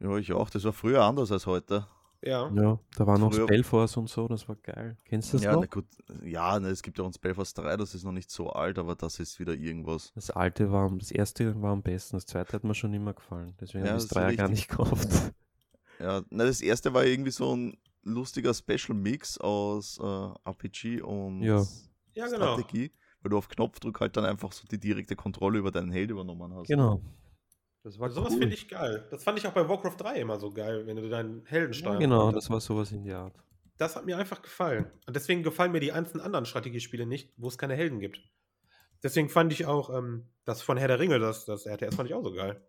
A: Ja, ich auch. Das war früher anders als heute.
C: Ja.
B: Ja, da war noch
A: Früher-
B: Spellforce und so, das war geil. Kennst du das
A: ja,
B: noch?
A: na gut. Ja, ne, es gibt ja auch ein Spellforce 3, das ist noch nicht so alt, aber das ist wieder irgendwas.
B: Das alte war, am- das erste war am besten, das zweite hat mir schon immer gefallen. Deswegen
A: Ja,
B: habe ich das
A: das ist
B: Dreier gar nicht gekauft.
A: Ja, na, das erste war irgendwie so ein lustiger Special-Mix aus äh, RPG und
B: Ja.
C: Ja, genau.
A: Strategie, weil du auf Knopfdruck halt dann einfach so die direkte Kontrolle über deinen Held übernommen hast.
B: Genau. Das war
C: Sowas
B: cool.
C: finde ich geil. Das fand ich auch bei Warcraft 3 immer so geil, wenn du deinen Helden
B: ja,
C: steuern
B: Genau,
C: konntest.
B: das war sowas in der Art.
C: Das hat mir einfach gefallen. Und deswegen gefallen mir die ganzen anderen Strategiespiele nicht, wo es keine Helden gibt. Deswegen fand ich auch ähm, das von Herr der Ringe, das, das RTS fand ich auch so geil.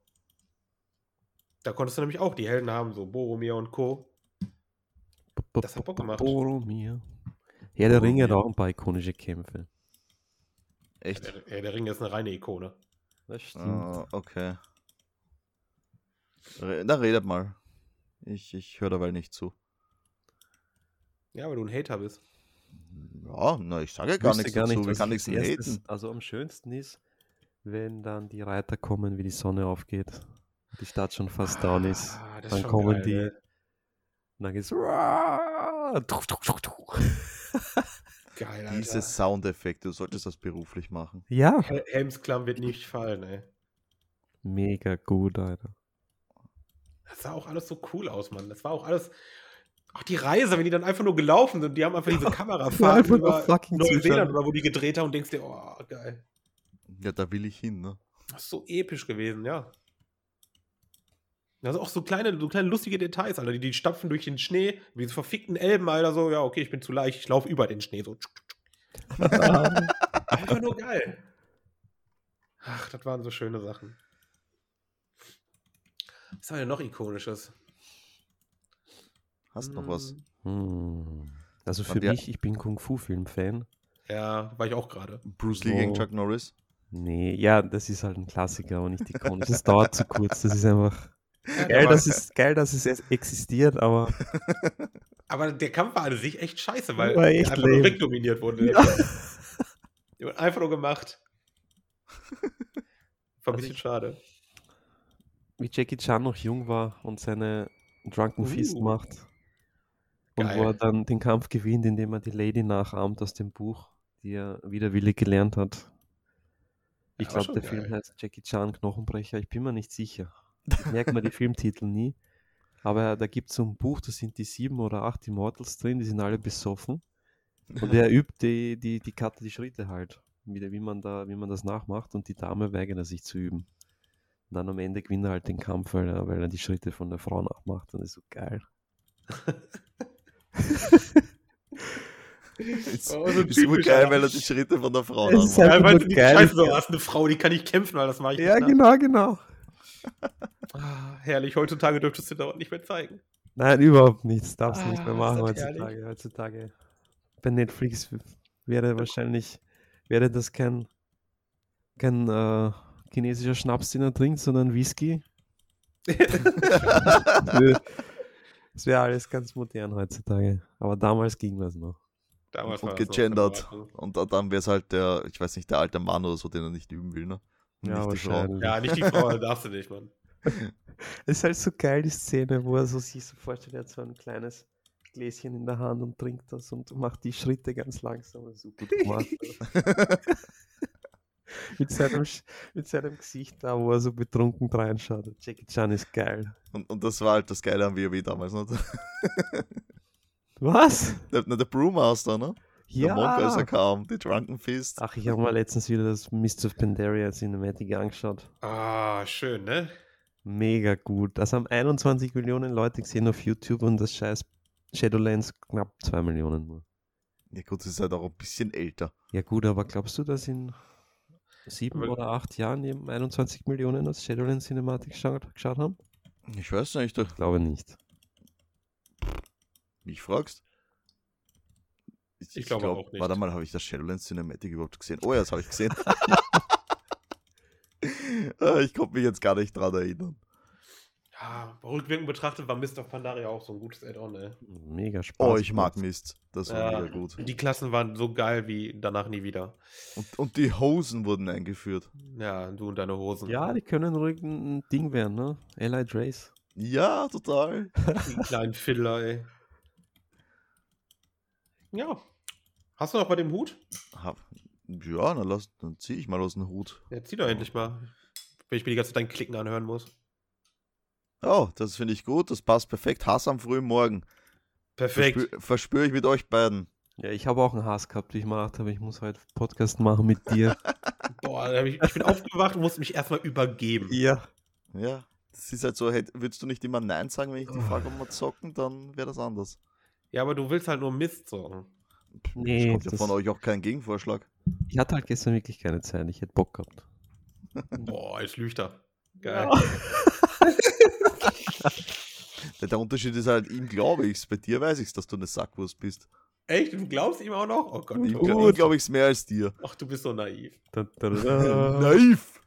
C: Da konntest du nämlich auch die Helden haben, so Boromir und Co. Das hat Bock gemacht.
B: Boromir. Herr der Ringe hat auch ein paar ikonische Kämpfe.
A: Echt?
C: Der, Herr der Ring ist eine reine Ikone.
B: Das
A: Ah, okay. Re na, redet mal. Ich, ich höre dabei nicht zu.
C: Ja, weil du ein Hater bist.
A: Ja, na, ich sage ja gar nichts dazu. Ich kann nichts haten.
B: Also am schönsten ist, wenn dann die Reiter kommen, wie die Sonne aufgeht, die Stadt schon fast down ist.
C: Ah, das ist
B: Dann
C: schon
B: kommen
C: geil,
B: die.
C: ne?
B: Und dann geht's. Tuch, tuch, tuch, tuch.
C: Geil, Alter.
A: Diese Soundeffekte, du solltest das beruflich machen.
B: Ja.
C: Hel- Helmsklamm wird nicht fallen, ey.
B: Mega gut, Alter.
C: Das sah auch alles so cool aus, Mann. Das war auch alles. Auch die Reise, wenn die dann einfach nur gelaufen sind, die haben einfach diese Kamerafahrt
B: einfach nur
C: über
B: fucking
C: Neuseeland
B: zuschauen.
C: oder wo die gedreht haben und denkst dir, oh, geil.
A: Ja, da will ich hin, ne?
C: Das ist so episch gewesen, ja. Das sind auch so kleine, so kleine lustige Details, Alter. Die, die stapfen durch den Schnee, wie diese verfickten Elben, Alter, so, ja, okay, ich bin zu leicht, ich laufe über den Schnee, so. Einfach nur geil. Ach, das waren so schöne Sachen. Was war denn noch ikonisches?
A: Hast noch was?
C: Hm,
B: Hm. Also für
A: Und ja-
B: mich, ich bin Kung-Fu-Film-Fan.
C: Ja, war ich auch gerade.
A: Bruce Lee gegen
B: So.
A: Chuck Norris?
B: Nee, ja, das ist halt ein Klassiker, aber nicht ikonisch. Das dauert zu kurz. Das ist einfach. Geil,
C: aber,
B: dass es, geil, dass es es existiert, aber
C: aber der Kampf war an sich echt scheiße, weil
B: War
C: er
B: echt
C: einfach nur
B: lame.
C: wegdominiert wurde. Der Film. Der wurde einfach nur gemacht. War ein
B: Also
C: bisschen
B: ich-
C: schade.
B: Wie Jackie Chan noch jung war und seine Drunken Fist
C: Uh.
B: macht. Und
C: Geil.
B: wo er dann den Kampf gewinnt, indem er die Lady nachahmt aus dem Buch, die er widerwillig gelernt hat. Ich
C: Ja, war
B: glaube,
C: schon
B: der Film
C: geil.
B: heißt Jackie Chan Knochenbrecher. Ich bin mir nicht sicher. Ich merke mir die Filmtitel nie. Aber da gibt es so ein Buch, da sind die sieben oder acht Immortals drin, die sind alle besoffen. Und er übt die, die, die Karte, die Schritte halt. Wie, der- wie, man da, wie man das nachmacht und die Dame weigert er sich zu üben. Und dann am Ende gewinnt er halt den Kampf, weil er, weil er die Schritte von der Frau nachmacht. Und das ist so geil.
A: Ist,
C: Oh, so
A: ist immer
C: typisch,
A: geil,
C: Alter.
A: weil er die Schritte von der Frau
B: Es ist
A: nachmacht.
B: halt- Einfach
C: Ja, weil du
B: nur
C: nicht
B: geil.
C: scheiße so hast, eine Frau, die kann ich kämpfen, weil das mache ich nicht. ne?
B: genau, genau.
C: Ah, herrlich, heutzutage dürftest du das nicht mehr zeigen.
B: Nein, überhaupt nichts. Darfst
C: Ah,
B: nicht mehr
C: ist
B: machen
C: das
B: heutzutage. Heutzutage. Bei Netflix w- wäre wahrscheinlich, wäre das kein, kein äh, chinesischer Schnaps, den er trinkt, sondern Whisky. halt Es wäre alles ganz modern heutzutage. Aber damals ging das noch.
C: Damals
A: Und
C: war das noch
A: gegendert.
C: in Ordnung.
A: Und da- dann wäre es halt der, ich weiß nicht, der alte Mann oder so, den er nicht üben will, ne? Und
B: Ja,
A: nicht die Frau.
B: wahrscheinlich.
C: Ja, nicht die Frau, darfst du nicht, Mann.
B: Es ist halt so geil, die Szene, wo er so sich so vorstellt, er hat so ein kleines Gläschen in der Hand und trinkt das und macht die Schritte ganz langsam. Also, Das ist so gut gemacht. mit, seinem, Sch- mit seinem Gesicht da, wo er so betrunken reinschaut. Jackie Chan ist geil.
A: Und, und das war halt das Geile am WoW damals, ne?
B: Was?
A: Der, ne, der Brewmaster, ne? Der Monk, also- als er
B: Ja.
A: kam, die Drunken Fist.
B: Ach, ich habe mal letztens wieder das Mist of Pandaria Cinematic angeschaut.
C: Ah, schön, ne?
B: Mega gut. Das haben 21 Millionen Leute gesehen auf YouTube und das scheiß Shadowlands knapp 2 Millionen nur.
A: Ja gut, das ist halt auch ein bisschen älter.
B: Ja gut, aber glaubst du, dass in sieben
C: Weil-
B: oder acht Jahren eben 21 Millionen aus Shadowlands Cinematic geschaut, geschaut haben?
A: Ich weiß nicht, du-
B: Ich glaube nicht.
A: mich fragst.
C: Ich glaube auch nicht.
A: Warte mal, habe ich das Shadowlands Cinematic überhaupt gesehen? Oh ja, das habe ich gesehen. Ah, ich konnte mich jetzt gar nicht dran erinnern.
C: Ja, rückwirkend betrachtet war Mist of Pandaria auch so ein gutes Add-on, ey.
B: Mega Spaß.
A: Oh, ich mag
B: gemacht.
A: Mist. Das war
C: Ja,
A: mega gut.
C: Die Klassen waren so geil wie danach nie wieder.
A: Und, und die Hosen wurden eingeführt.
C: Ja, du und deine Hosen.
B: Ja, die können ruhig ein ein Ding werden, ne? Allied Race.
A: Ja, total.
C: die kleinen Fiddler, ey. Ja. Hast du noch bei dem Hut?
A: Hab, ja, dann, lass- dann ziehe ich mal aus dem Hut.
C: Ja, zieh doch endlich mal. Wenn ich mir die ganze Zeit dein Klicken anhören muss.
A: Oh, das finde ich gut. Das passt perfekt. Hass am frühen Morgen.
C: Perfekt.
A: Verspüre verspür ich mit euch beiden.
B: Ja, ich habe auch einen Hass gehabt, wie ich gemacht habe. Ich muss heute Podcast machen mit dir.
C: Boah, da hab ich, ich bin aufgewacht und musste mich erstmal übergeben.
B: ja.
A: Ja, das ist halt so, hätt, würdest du nicht immer Nein sagen, wenn ich dich
B: Ah.
A: frage, ob wir zocken, dann wäre das anders.
C: Ja, aber du willst halt nur Mist sorgen.
A: Es
B: Nee,
A: kommt ja
B: das,
A: von euch auch kein Gegenvorschlag.
B: ich hatte halt gestern wirklich keine Zeit. Ich hätte Bock gehabt.
C: Boah, jetzt lügt er. Geil.
A: Der, der Unterschied ist halt, ihm glaube ich's, bei dir weiß ich's, dass du eine Sackwurst bist.
C: Echt? Du glaubst ihm auch noch? Oh Gott.
A: Ihm,
C: Junge.
A: gl ihm glaube ich's mehr als dir. Ähm,
C: Ach, du bist so naiv.
B: Da, da, da.
A: Naiv!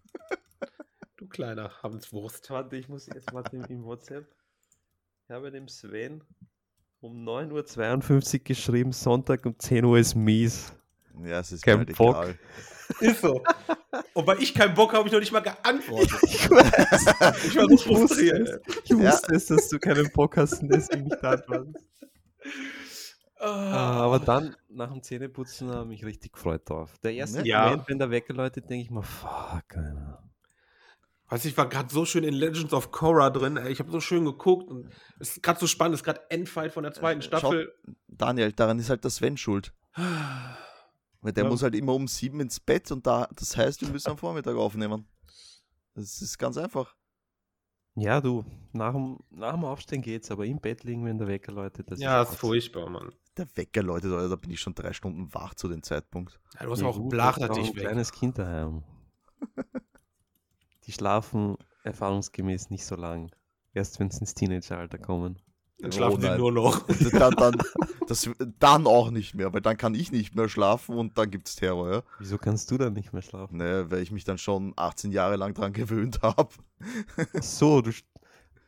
C: Du kleiner Hanswurst.
B: Warte, ich muss jetzt mal im, im WhatsApp. Ich habe dem Sven um 9.52 Uhr geschrieben, Sonntag um 10 Uhr ist mies.
A: Ja, es ist
B: Kein
A: mir halt
B: Bock.
A: egal.
C: Ist so. Und weil ich keinen Bock habe, habe ich noch nicht mal geantwortet.
B: Ich, weiß,
C: Ich war so
B: Ich wusste
C: frustriert.
B: es.
C: ey.
B: ich wusste es, dass du keinen Bock hast und deswegen nicht antwortest.
C: Ah,
B: Aber dann, nach dem Zähneputzen, habe ich mich richtig gefreut drauf. Der erste
C: Ja.
B: Moment, wenn der weggeläutet, denke ich mir, fuck, Alter.
C: Weißt du, ich war gerade so schön in Legends of Korra drin. Ey. Ich habe so schön geguckt und es ist gerade so spannend. Es ist gerade Endfight von der zweiten
A: Äh,
C: Staffel. Ah,
A: Daniel, daran ist halt der Sven schuld. Weil der
C: Ja.
A: muss halt immer um sieben ins Bett und da, das heißt, wir müssen am Vormittag aufnehmen. Das ist ganz einfach.
B: Ja, du, nach dem, nach dem Aufstehen geht's, aber im Bett liegen, wenn der Wecker läutet, das
C: Ja,
B: ist
C: ist
B: Quatsch.
C: furchtbar, Mann.
A: Der Wecker, Leute, Alter, da bin ich schon drei Stunden wach zu dem Zeitpunkt.
C: Ja, du hast
B: Ja,
C: auch
B: gut,
C: Blacher
B: das war
C: dich
B: ein
C: weg.
B: kleines Kind daheim. Die schlafen erfahrungsgemäß nicht so lang. Erst wenn sie ins Teenageralter kommen.
C: Dann
A: Oh
C: schlafen sie
A: nein.
C: nur noch.
A: dann, dann, das, dann auch nicht mehr, weil dann kann ich nicht mehr schlafen und dann gibt's Terror, ja.
B: Wieso kannst du dann nicht mehr schlafen?
A: Ne, weil ich mich dann schon 18 Jahre lang dran gewöhnt habe.
B: Ach so, du sch-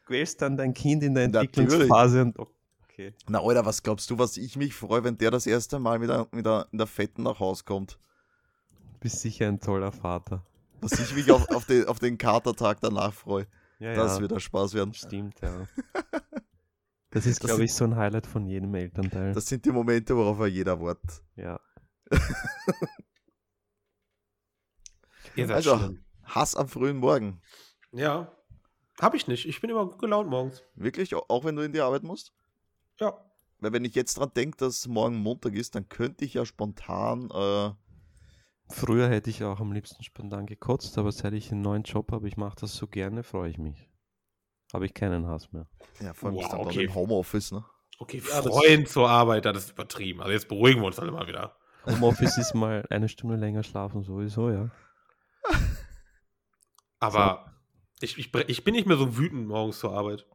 B: quälst dann dein Kind in der
A: Natürlich.
B: Entwicklungsphase und okay.
A: Na, Alter, was glaubst du, was ich mich freue, wenn der das erste Mal mit der, mit der, in der Fetten nach Haus kommt?
B: Du bist sicher ein toller Vater.
A: Dass ich mich auf, auf, den, auf den Katertag danach freue.
B: Ja,
A: Das wird ein Spaß werden.
B: Stimmt, ja. Das ist,
A: Das
B: glaube ich, so ein Highlight von jedem Elternteil.
A: Das sind die Momente, worauf er jeder Wort.
B: ja.
C: Ihr seid
A: Also-
C: schlimm.
A: Hass am frühen Morgen.
C: Ja. Hab ich nicht. Ich bin immer gut gelaunt morgens.
A: Wirklich? Au- Auch wenn du in die Arbeit musst?
C: Ja.
A: Weil wenn ich jetzt dran denke, dass morgen Montag ist, dann könnte ich ja spontan äh,
B: Früher hätte ich auch am liebsten spontan gekotzt, aber seit ich einen neuen Job habe, ich mache das so gerne, freue ich mich. Habe ich keinen Hass mehr.
A: Ja, vor allem
C: Wow,
A: ist dann
C: okay.
A: okay. im Homeoffice, ne?
C: Okay,
B: Ja, das-
C: Freund zur Arbeit, das ist übertrieben. Also jetzt beruhigen wir uns alle mal wieder.
B: Homeoffice ist mal eine Stunde länger schlafen, sowieso, ja.
C: Aber ich, ich, bre- ich bin nicht mehr so wütend morgens zur Arbeit.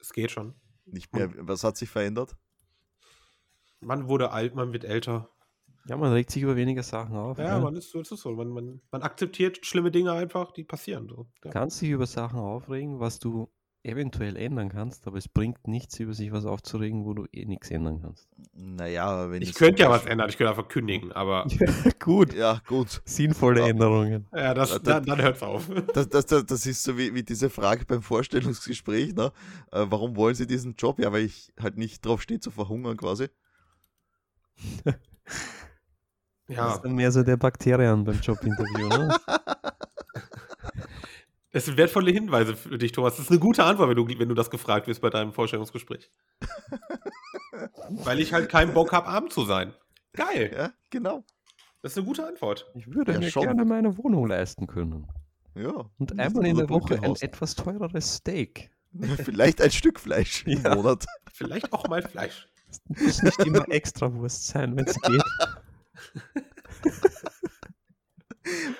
C: Es geht schon.
A: Nicht mehr, was hat sich verändert?
C: Man wurde alt, man wird älter.
B: Ja, man regt sich über weniger Sachen auf.
C: Ja,
B: ne?
C: man ist so, es ist so. Man, man, man akzeptiert schlimme Dinge einfach, die passieren. So. Ja.
B: kannst dich über Sachen aufregen, was du eventuell ändern kannst, aber es bringt nichts, über sich was aufzuregen, wo du eh nichts ändern kannst.
A: Naja, wenn
C: Ich
A: es-
C: könnte ja was ändern, ich könnte einfach kündigen, aber
B: Gut.
A: Ja, gut.
B: Sinnvolle
A: Ja.
B: Änderungen.
C: ja, das, dann, dann hört's auf.
A: Das, das, das, das ist so wie, wie diese Frage beim Vorstellungsgespräch, ne? Äh, warum wollen Sie diesen Job? Ja, weil ich halt nicht drauf stehe zu verhungern quasi.
B: Das
C: Ja,
B: ist dann mehr so der Bakterien beim Jobinterview, ne?
C: es sind wertvolle Hinweise für dich, Thomas. Das ist eine gute Antwort, wenn du, wenn du das gefragt wirst bei deinem Vorstellungsgespräch. Weil ich halt keinen Bock habe, arm zu sein. Geil,
A: Ja, genau.
C: das ist eine gute Antwort.
B: Ich würde
A: Ja,
B: mir
A: schon.
B: gerne meine Wohnung leisten können.
A: Ja.
B: Und
A: Nicht
B: einmal in
A: unser
B: der Woche ein
A: Bunkerhaus.
B: etwas teureres Steak.
A: Vielleicht ein Stück Fleisch im
B: Ja.
A: Monat.
C: Vielleicht auch mal Fleisch.
B: Es muss nicht immer extra Wurst sein, wenn es geht.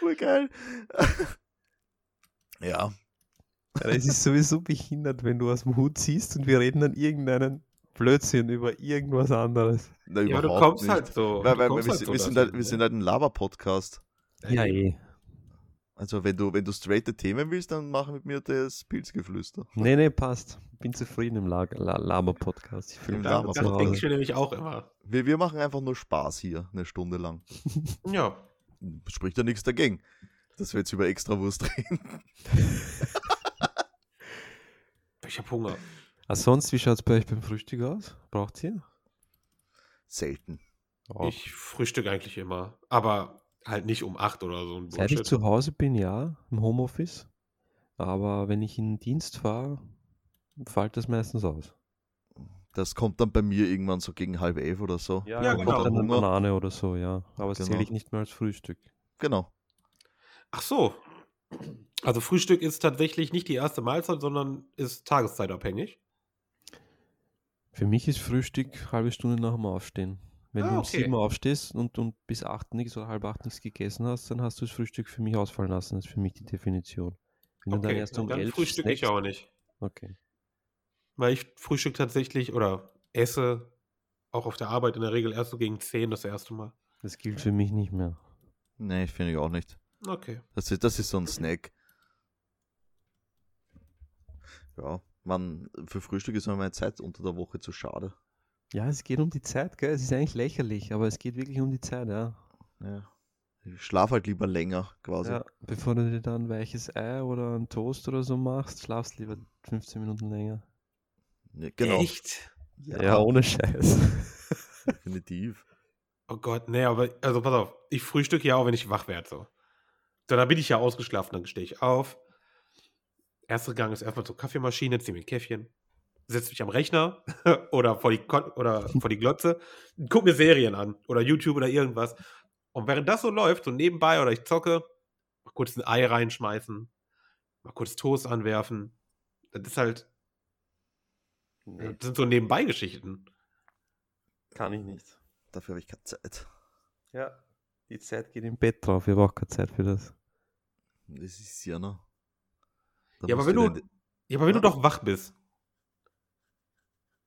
A: Urgeil. ja,
B: Aber es ist sowieso behindert, wenn du aus dem Hut ziehst und wir reden dann irgendeinen Blödsinn über irgendwas anderes.
A: na,
C: Ja,
A: überhaupt
C: aber du kommst
A: nicht.
C: halt so.
A: Weil,
C: du
A: weil,
C: kommst
A: wir,
C: halt so
A: wir, sind
C: dazu,
A: halt, wir
C: ne?
A: sind halt ein Laber-Podcast.
B: Ja, eh.
A: Also wenn du, wenn du straighte Themen willst, dann mach mit mir das Pilzgeflüster.
B: Nee, nee, passt. Bin zufrieden im La La Laber-Podcast. Ich fühle
A: Im
B: mich
C: Ja,
A: Laber-
B: einfach zu
C: das denke ich
B: Hause.
C: mir nämlich auch immer.
A: Wir, wir machen einfach nur Spaß hier, eine Stunde lang.
C: Ja.
A: Spricht ja nichts dagegen, dass wir jetzt über Extrawurst reden.
C: Ich habe Hunger.
B: Ah, sonst, wie schaut es bei euch beim Frühstück aus? Braucht ihr?
A: Selten.
B: Oh.
C: Ich frühstücke eigentlich immer. Aber halt nicht um 8 oder so ein
B: Seit ich
C: Bullshit.
B: zu Hause bin, ja, im Homeoffice. Aber wenn ich in den Dienst fahre, fällt das meistens aus.
A: Das kommt dann bei mir irgendwann so gegen halb elf oder so.
C: ja,
A: Kommt
C: genau.
A: dann
B: Dann eine
A: Hunger.
B: Banane oder so, ja. Aber das
A: Genau.
B: zähle ich nicht mehr als Frühstück.
A: Genau.
C: Ach so. Also Frühstück ist tatsächlich nicht die erste Mahlzeit, sondern ist tageszeitabhängig.
B: Für mich ist Frühstück halbe Stunde nach dem Aufstehen. Wenn
C: Ah,
B: du um
C: okay.
B: sieben aufstehst und, und bis acht nichts oder halb acht nichts gegessen hast, dann hast du das Frühstück für mich ausfallen lassen. Das ist für mich die Definition. Wenn du dann erst um
C: dann
B: elf
C: frühstücke ich
B: snackst-
C: auch nicht.
B: Okay.
C: Weil ich frühstück tatsächlich oder esse auch auf der Arbeit in der Regel erst so gegen 10 das erste Mal.
B: Das gilt für mich nicht mehr.
A: Nee, finde ich auch nicht.
C: Okay.
A: Das ist, das ist so ein Snack. Ja, man, für Frühstück ist mir meine Zeit unter der Woche zu schade.
B: Ja, es geht um die Zeit, gell? Es ist eigentlich lächerlich, aber es geht wirklich um die Zeit, ja.
A: Ja. Ich schlafe halt lieber länger quasi.
B: ja bevor du dir dann ein weiches Ei oder einen Toast oder so machst, schlafst lieber 15 Minuten länger.
A: Ja, genau.
C: Echt?
A: Ja,
B: ohne Scheiß.
A: definitiv.
C: Oh Gott, nee, aber also pass auf, ich frühstücke ja auch, wenn ich wach werde. So. so, dann bin ich ja ausgeschlafen, dann stehe ich auf. Erster Gang ist erstmal zur Kaffeemaschine, ziehe mir ein Käffchen, setze mich am Rechner oder vor die, Kon oder vor die Glotze, guck mir Serien an oder YouTube oder irgendwas. Und während das so läuft, so nebenbei oder ich zocke, mal kurz ein Ei reinschmeißen, mal kurz Toast anwerfen. Das ist halt, das sind so Nebenbei-Geschichten.
B: kann ich nicht.
A: Dafür habe ich keine Zeit.
B: Ja, die Zeit geht im Bett drauf. Ich habe auch keine Zeit für das.
A: Das ist ja, ne? Da
C: Ja aber,
A: musst
C: wenn du,
A: dir-
C: ja, aber wenn du
A: Ja.
C: doch wach bist,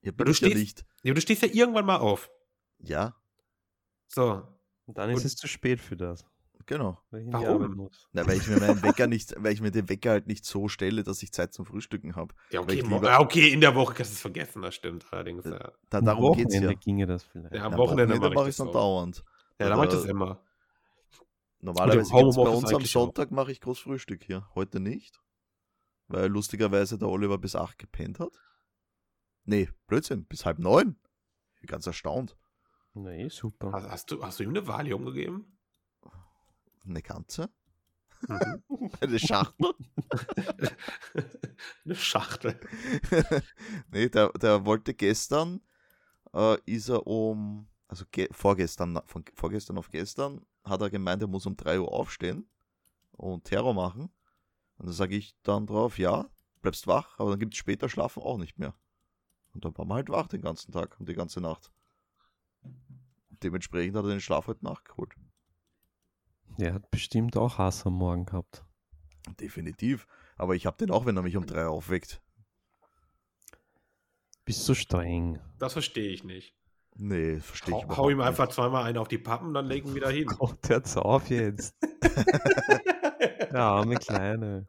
A: Ja, bin
C: du
A: ich ja
C: stehst-
A: nicht.
C: Ja, du stehst ja irgendwann mal auf.
A: Ja,
C: So.
B: Und dann ist
C: Und-
B: es zu spät für das.
A: genau.
B: Weil ich in die
C: Warum?
B: Arbeit muss.
A: Na, weil ich mir meinen Wecker nicht, weil ich mir den Wecker halt nicht so stelle, dass ich Zeit zum Frühstücken habe.
C: Ja,
A: okay,
C: okay,
A: mo-
C: ah, okay, in der Woche kannst du es vergessen, das stimmt allerdings. Ja,
A: Da,
B: Am
A: darum geht's ja.
B: Wochenende ginge das vielleicht.
C: ja
A: Na,
C: am Wochenende mache ich
A: mach
C: das
A: dann
C: auch.
A: dauernd.
C: Ja, da mache ich das immer.
A: Normalerweise gibt's
C: Mit dem
A: bei
C: Homeoffice
A: uns am
C: eigentlich
A: Sonntag mache ich Großfrühstück hier. Heute nicht. Weil lustigerweise der Oliver bis 8 gepennt hat. Nee, Blödsinn, bis halb neun. Ich bin ganz erstaunt.
B: Nee, eh, super.
C: Hast, hast, du, hast du ihm eine Valium gegeben?
A: Eine Ganze?
C: Mhm.
A: Eine Schachtel?
C: eine Schachtel.
A: nee, der, der wollte gestern, äh, ist er um, also ge vorgestern, na- von vorgestern auf gestern, hat er gemeint, er muss um 3 Uhr aufstehen und Terror machen. Und da sage ich dann drauf, ja, bleibst wach, aber dann gibt es später Schlafen auch nicht mehr. Und dann war man halt wach den ganzen Tag und die ganze Nacht. Dementsprechend hat er den Schlaf heute nachgeholt.
B: Der hat bestimmt auch Hass am Morgen gehabt.
A: Definitiv. Aber ich habe den auch, wenn er mich um 3 aufweckt.
B: Bist du streng?
C: Das verstehe ich nicht.
A: Nee, verstehe ich
C: Hau,
A: überhaupt
C: hau ihm
A: nicht.
C: einfach zweimal einen auf die Pappen, dann legen wir wieder hin.
B: Gott, hört's Oh, auf jetzt. Der arme Kleine.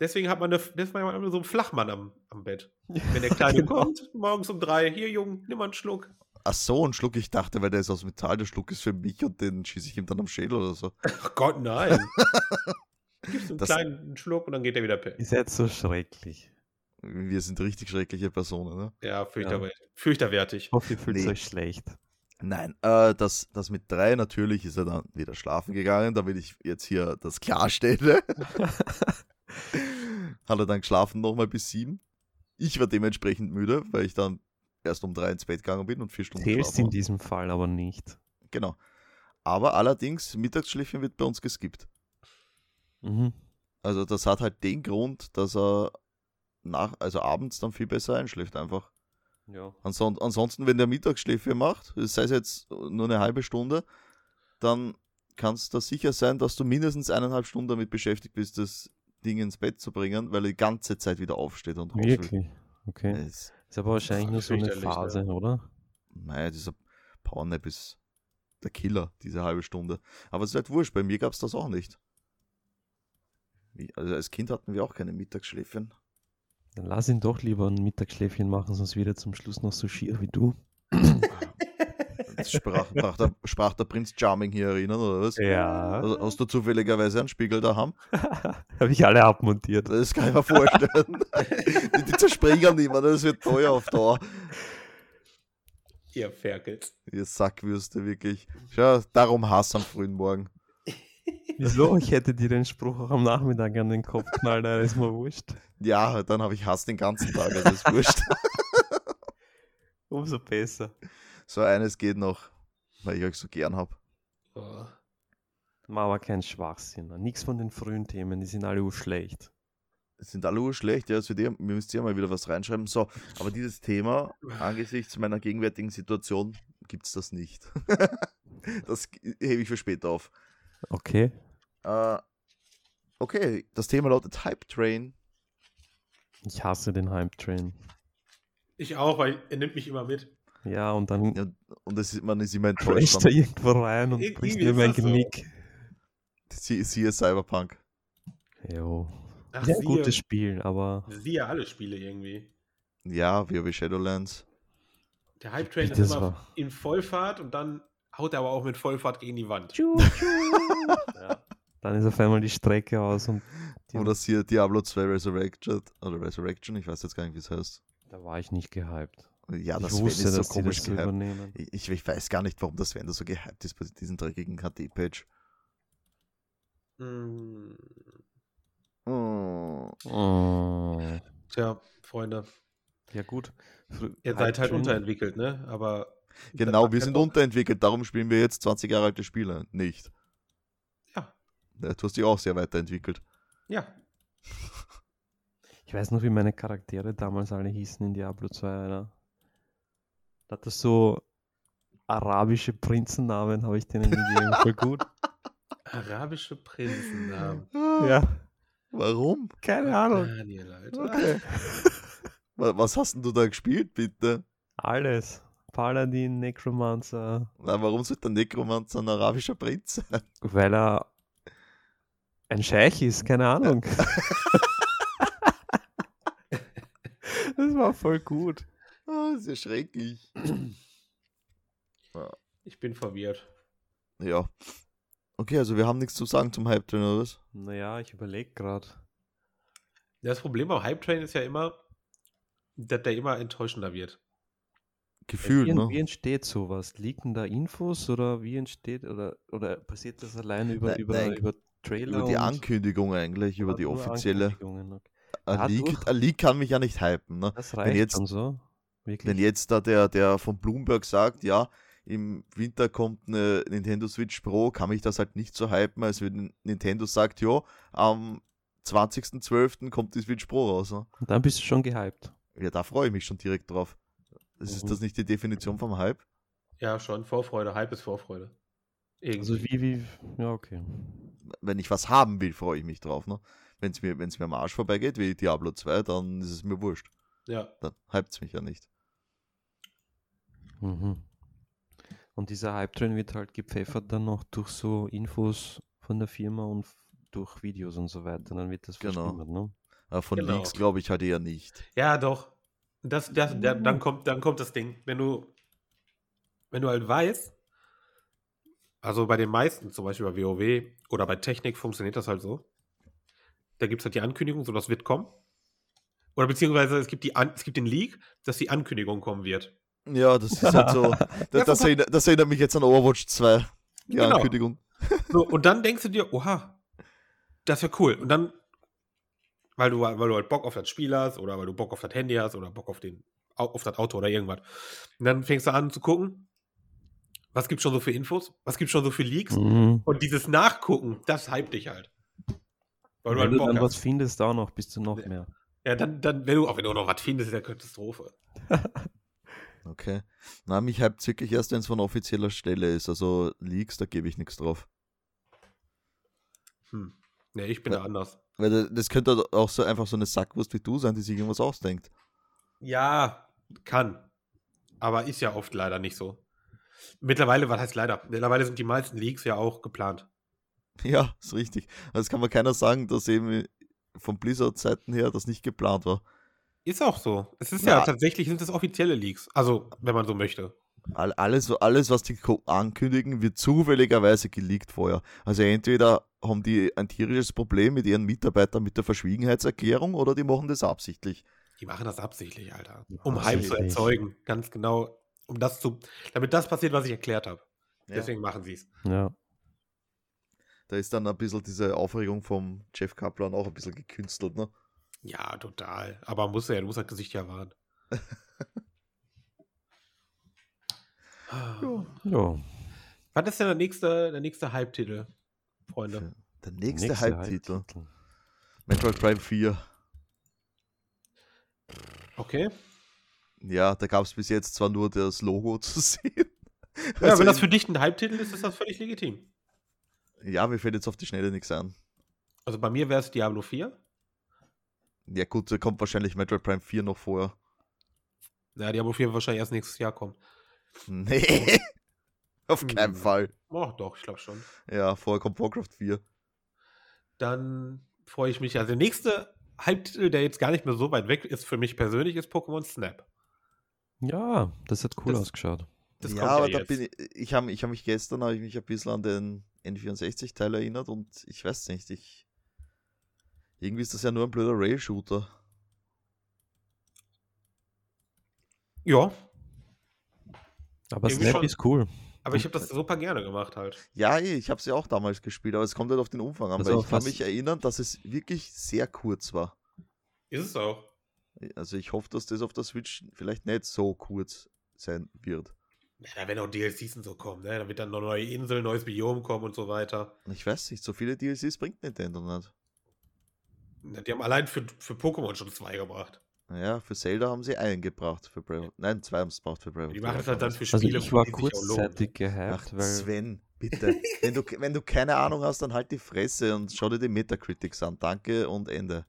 C: Deswegen hat man, eine, deswegen hat man so einen Flachmann am, am Bett. Wenn der Kleine kommt, morgens um drei, hier Jungen, nimm mal einen Schluck.
A: Ach so, ein Schluck. Ich dachte, weil der ist aus Metall, der Schluck ist für mich und den schieße ich ihm dann am Schädel oder so.
C: Ach Gott, nein. Gibst einen
A: Das-
C: kleinen Schluck und dann geht er wieder pennen.
B: Ist jetzt so schrecklich.
A: Wir sind richtig schreckliche Personen, ne?
C: Ja, fürchterwert, fürchterwertig.
B: Ich hoffe, ihr fühlt
A: Nee.
B: euch schlecht.
A: Nein, äh, das, das mit drei natürlich ist er dann wieder schlafen gegangen, damit ich jetzt hier das klarstelle. Hat er dann geschlafen nochmal bis sieben. Ich war dementsprechend müde, weil ich dann erst um drei ins Bett gegangen bin und vier Stunden
B: Zählst in
A: habe.
B: diesem Fall aber nicht.
A: Genau. Aber allerdings, Mittagsschläfchen wird bei uns geskippt.
B: Mhm.
A: Also das hat halt den Grund, dass er nach, also abends dann viel besser einschläft einfach.
B: Ja.
A: Anson ansonsten, wenn der Mittagsschläfe macht, sei es jetzt nur eine halbe Stunde, dann kannst du sicher sein, dass du mindestens eineinhalb Stunden damit beschäftigt bist, das Ding ins Bett zu bringen, weil er die ganze Zeit wieder aufsteht und raus will.
B: Wirklich. Okay.
A: Es-
B: Ist aber wahrscheinlich nur so eine
C: Fürchterlich, ne?
B: Phase, oder?
A: Naja, dieser Powernap ist der Killer, diese halbe Stunde. Aber es ist halt wurscht, bei mir gab es das auch nicht. Wie- Also als Kind hatten wir auch keine Mittagsschläfchen.
B: Dann lass ihn doch lieber ein Mittagsschläfchen machen, sonst wird er zum Schluss noch so schier wie du.
A: Das sprach, sprach, der, sprach der Prinz Charming hier erinnern, oder was?
B: Ja.
A: Also, hast du zufälligerweise einen Spiegel daheim?
B: Habe ich alle abmontiert.
A: Das kann ich mir vorstellen. die, die zerspringen immer, ne? das wird teuer auf Dauer.
C: Ihr Ferkels.
A: Ihr Sackwürste, wirklich. Schau, darum Hass am frühen Morgen.
B: Wieso? Ich hätte dir den Spruch auch am Nachmittag an den Kopf knallt, da ist mir wurscht.
A: Ja, dann habe ich Hass den ganzen Tag, also ist wurscht.
B: Umso besser.
A: So eines geht noch, weil ich euch so gern habe.
C: Oh.
B: Mach aber keinen Schwachsinn. Nichts von den frühen Themen, die sind alle schlecht.
A: Es sind alle schlecht, ja, es wird eh, wir müssen ja mal wieder was reinschreiben. So, aber dieses Thema, angesichts meiner gegenwärtigen Situation, gibt es das nicht. das hebe ich für später auf.
B: Okay.
A: Äh, okay, das Thema lautet Hype Train.
B: Ich hasse den Hype Train.
C: Ich auch, weil er nimmt mich immer mit.
B: Ja, und dann
A: Ja, und das ist, man ist immer enttäuscht.
B: crasht er
A: Dann,
B: irgendwo rein und
C: Irgendwie
B: bricht
C: ist
B: mir mein
C: das so.
B: Genick.
A: sie, sie ist Cyberpunk.
B: Jo.
C: Ach,
B: Ist ein gutes Spiel, aber
C: siehe alle Spiele irgendwie.
A: Ja, WoW Shadowlands.
C: Der Hype Train
B: Wie
C: ist
B: das
C: immer
B: war.
C: in Vollfahrt und dann haut er aber auch mit Vollfahrt gegen die Wand. Ja.
B: dann ist auf einmal die Strecke aus und die,
A: Oder sie Diablo 2 Resurrection. Oder Resurrection, ich weiß jetzt gar nicht, wie es heißt.
B: da war ich nicht gehypt.
A: Ja, das
B: ich
A: Sven
B: wusste,
A: ist so
B: dass die
A: komisch
B: das so
A: gehypt.
B: übernehmen.
A: Ich, ich- ich weiß gar nicht, warum das Sven da so gehypt ist bei diesem dreckigen HD-Patch.
C: Hm.
A: Oh.
B: Oh.
C: Tja, Freunde,
B: Ja gut. Fr-
C: ihr
B: Hype
C: seid halt
B: Train-
C: unterentwickelt, ne? Aber
A: Genau, wir
C: Das-
A: sind unterentwickelt, darum spielen wir jetzt 20 Jahre alte Spiele. Nicht.
C: Ja.
A: Ja, du hast dich auch sehr weiterentwickelt.
C: ja,
B: Ich weiß noch, wie meine Charaktere damals alle hießen in Diablo 2, Alter. Da hat das so arabische Prinzennamen, habe ich denen gegeben. Voll gut.
C: arabische ähm, Prinzennamen.
B: Ja,
A: Ah, Warum?
B: keine Ahnung.
C: Daniel, Alter.
A: Okay. Wa- Was hast denn du da gespielt, bitte?
B: Alles. Paladin, Necromancer,
A: Na, warum sollte der Nekromanzer ein arabischer Prinz sein?
B: weil er ein Scheich ist, keine Ahnung. das war voll gut.
A: Oh, das ist ja schrecklich.
C: Ich bin verwirrt.
A: Ja. Okay, also wir haben nichts zu sagen zum Hype Train, oder was?
B: Naja, ich überlege gerade.
C: Das Problem beim Hype Train ist ja immer, dass der immer enttäuschender wird.
A: Gefühlt,
B: wie,
A: ne?
B: wie entsteht sowas? Liegen da Infos oder wie entsteht oder, oder passiert das alleine über,
A: Nein,
B: über,
A: nein,
B: über Trailer?
A: Über die
B: und-
A: Ankündigung eigentlich, über
B: oder
A: die
B: nur
A: offizielle. Ah,
B: Ankündigungen? Okay.
A: Ein Leak,
B: Dadurch-
A: ein Leak kann mich ja nicht hypen, ne?
B: Das reicht
A: jetzt-
B: dann so. Wirklich.
A: Wenn jetzt da der, der von Bloomberg sagt, ja, im Winter kommt eine Nintendo Switch Pro, kann mich das halt nicht so hypen, als wenn Nintendo sagt, ja, am 20.12. kommt die Switch Pro raus. Ne?
B: Und dann bist du schon gehypt.
A: Ja, da freue ich mich schon direkt drauf. Das ist
B: Mhm.
A: das nicht die Definition vom Hype?
C: Ja, schon. Vorfreude. Hype ist Vorfreude.
B: Also
C: Irgendwie.
B: wie, wie, ja, okay.
A: Wenn ich was haben will, freue ich mich drauf. Ne? Wenn es mir, wenn's mir am Arsch vorbeigeht, wie Diablo 2, dann ist es mir wurscht.
C: ja.
A: Dann hypt's mich ja nicht.
B: Mhm. Und dieser Hype-Train wird halt gepfeffert dann noch durch so Infos von der Firma und f- durch Videos und so weiter. Dann wird das
A: Genau.
B: verschlimmert, ne?
A: Aber von
C: Genau.
A: Leaks glaube ich halt eher nicht.
C: Ja, doch. Das, das, da- dann, kommt, dann kommt das Ding. Wenn du, wenn du halt weißt, also bei den meisten, zum Beispiel bei WoW oder bei Technik, funktioniert das halt so. Da gibt es halt die Ankündigung, so das wird kommen. Oder beziehungsweise es gibt, die An es gibt den Leak, dass die Ankündigung kommen wird.
A: Ja, das ist halt so. Das, das, erinnert, das erinnert mich jetzt an Overwatch 2. Die
C: Genau.
A: Ankündigung.
C: So, und dann denkst du dir, oha, das wäre cool. Und dann, weil du, weil du halt Bock auf das Spiel hast oder weil du Bock auf das Handy hast oder Bock auf, den, au- auf das Auto oder irgendwas. Und dann fängst du an zu gucken, was gibt schon so für Infos, was gibt schon so für Leaks.
B: Mhm.
C: Und dieses Nachgucken, das hype dich halt. Weil
B: Wenn
C: du halt
B: du
C: Bock
B: dann was
C: hast.
B: findest, da noch bist du noch
C: Ja.
B: mehr.
C: Ja, dann, dann, wenn du auch wenn du noch was findest, ist ja Katastrophe.
A: Okay. Na, mich hypt wirklich erst, wenn es von offizieller Stelle ist. Also Leaks, da gebe ich nichts drauf.
C: Hm. Nee, ich bin
A: Ja.
C: da anders.
A: Weil da- das könnte halt auch so einfach so eine Sackwurst wie du sein, die sich irgendwas ausdenkt.
C: Ja, kann. Aber ist ja oft leider nicht so. Mittlerweile, was heißt leider? Mittlerweile sind die meisten Leaks ja auch geplant.
A: Ja, ist richtig. Also kann man keiner sagen, dass eben von Blizzard-Zeiten her das nicht geplant war.
C: Ist auch so. Es ist ja,
A: Ja.
C: tatsächlich sind es offizielle Leaks. Also, wenn man so möchte.
A: All, alles, alles, was die ko- ankündigen, wird zufälligerweise geleakt vorher. Also entweder haben die ein tierisches Problem mit ihren Mitarbeitern mit der Verschwiegenheitserklärung oder die machen das absichtlich.
C: Die machen das absichtlich, Alter.
B: Ja,
C: Um Hype zu
B: absichtlich.
C: erzeugen. Ganz genau. Um das zu. Damit das passiert, was ich erklärt habe. Deswegen machen sie es.
B: Ja.
A: Da ist dann ein bisschen diese Aufregung vom Jeff Kaplan auch ein bisschen gekünstelt, ne?
C: Ja, total. Aber musst du ja, du musst das Gesicht ja wahren.
A: Ja.
B: Ja.
C: Wann Ah. ist denn der nächste, der nächste Hype-Titel, Freunde?
A: Der nächste, Halbtitel.
B: Hype-Titel.
A: Metroid Prime 4.
C: Okay.
A: Ja, da gab es bis jetzt zwar nur das Logo zu sehen.
C: Ja,
A: Also
C: wenn das
A: in-
C: für dich ein Hype-Titel ist, ist das völlig legitim.
A: ja, mir fällt jetzt auf die Schnelle nichts ein.
C: Also bei mir wäre es Diablo 4.
A: Ja gut, da kommt wahrscheinlich Metroid Prime 4 noch vorher.
C: Ja, Diablo 4 wird wahrscheinlich erst nächstes Jahr kommen.
A: Nee. auf keinen
C: Hm.
A: Fall.
C: Oh, doch, ich glaube schon.
A: Ja, vorher kommt Warcraft 4.
C: Dann freue ich mich. Also der nächste Hype-Titel, der jetzt gar nicht mehr so weit weg ist für mich persönlich, ist Pokémon Snap.
B: Ja, das hat cool
C: Das-
B: ausgeschaut.
C: Das
A: ja,
C: kommt ja
A: aber da
C: jetzt.
A: bin ich, ich habe ich hab mich gestern, habe ich mich ein bisschen an den N64-Teil erinnert und ich weiß nicht, ich, irgendwie ist das ja nur ein blöder Rail-Shooter.
C: Ja,
B: Aber
C: Irgendwie
B: Snap
C: schon.
B: ist cool.
C: aber ich habe das super gerne gemacht halt.
A: Ja, eh, ich habe es ja auch damals gespielt, aber es kommt halt auf den Umfang an,
B: Also
A: weil
B: auf
A: ich kann
B: was-
A: mich erinnern, dass es wirklich sehr kurz war.
C: Ist es auch.
A: Also ich hoffe, dass das auf der Switch vielleicht nicht so kurz sein wird.
C: Ja, da werden auch DLCs und so kommen, ne? Da wird dann noch neue Insel, neues Biom kommen und so weiter.
A: Ich weiß nicht, so viele DLCs bringt Nintendo nicht.
C: Na, Die haben allein für, für Pokémon schon zwei gebracht.
A: Naja, für Zelda haben sie einen gebracht, für Breath Nein, zwei haben es gebracht für Breath of
C: Die
A: the
C: machen
A: Wild
C: das halt dann
A: damals.
C: für
B: Also
C: Spiele,
B: ich war
C: die sich auch lohnen. ne?
B: kurzzeitig
A: Ach,
B: gehypt, weil
A: Sven, bitte. wenn, du, wenn du keine Ahnung hast, dann halt die Fresse und schau dir die Metacritics an. Danke und Ende.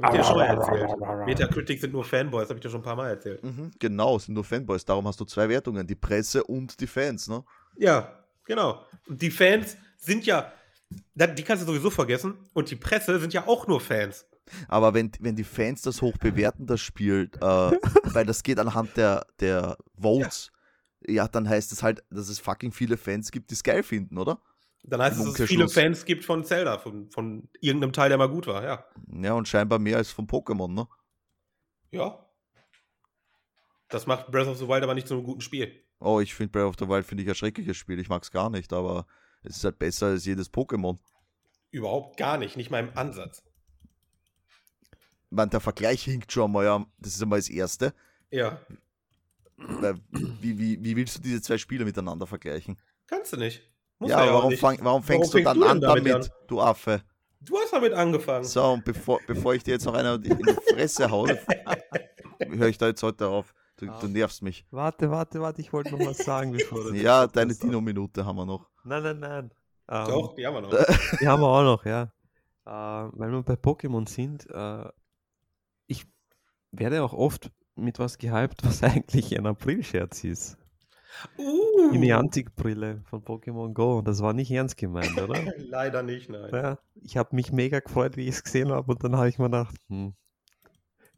C: Hab ich dir schon mal erzählt. Metacritic sind nur Fanboys, habe ich dir schon ein paar Mal erzählt.
A: Mhm, genau, es sind nur Fanboys. Darum hast du zwei Wertungen, die Presse und die Fans. Ne?
C: Ja, genau. Und die Fans sind ja, da- die kannst du sowieso vergessen. Und die Presse sind ja auch nur Fans.
A: Aber wenn, wenn die Fans das hoch bewerten, das Spiel, äh, weil das geht anhand der, der Votes, ja. dann heißt es halt, dass es fucking viele Fans gibt, die es geil finden, oder?
C: Dann heißt
A: Im
C: es, dass es viele
A: Umkehrschluss.
C: Fans gibt von Zelda, von, von irgendeinem Teil, der mal gut war, ja.
A: Ja, und scheinbar mehr als von Pokémon, ne?
C: Ja. Das macht Breath of the Wild aber nicht zu einem guten Spiel.
A: Oh, ich finde Breath of the Wild finde ich ein schreckliches Spiel. Ich mag es gar nicht, aber es ist halt besser als jedes Pokémon.
C: Überhaupt gar nicht, nicht mal im Ansatz.
A: Ich meine, der Vergleich hinkt schon mal, ja. Das ist einmal das Erste.
C: Ja,
A: Weil, Wie, wie, wie willst du diese zwei Spiele miteinander vergleichen?
C: kannst du nicht.
A: ja,
C: er
A: aber warum,
C: nicht.
A: fang, warum fängst du
C: Warum
A: dann
C: fängst du
A: an
C: denn damit
A: damit, du Affe?
C: Du hast damit angefangen.
A: So, und bevor, bevor ich dir jetzt noch einer in die Fresse haue, höre ich da jetzt heute auf. Du, du nervst mich.
B: Warte, warte, warte, ich wollte noch was sagen, bevor du.
A: Ja, deine Dino-Minute haben wir noch.
B: Nein, nein, nein. Ähm,
C: Doch, die haben wir noch.
B: Die haben wir auch noch, ja. Äh, weil wir bei Pokémon sind, äh, ich werde auch oft mit was gehypt, was eigentlich ein April-Scherz ist.
C: Uh,
B: Die Niantic-Brille von Pokémon Go. Und das war nicht ernst gemeint, oder?
C: Leider nicht, nein.
B: Ja, ich habe mich mega gefreut, wie ich es gesehen habe. Und dann habe ich mir gedacht, hm,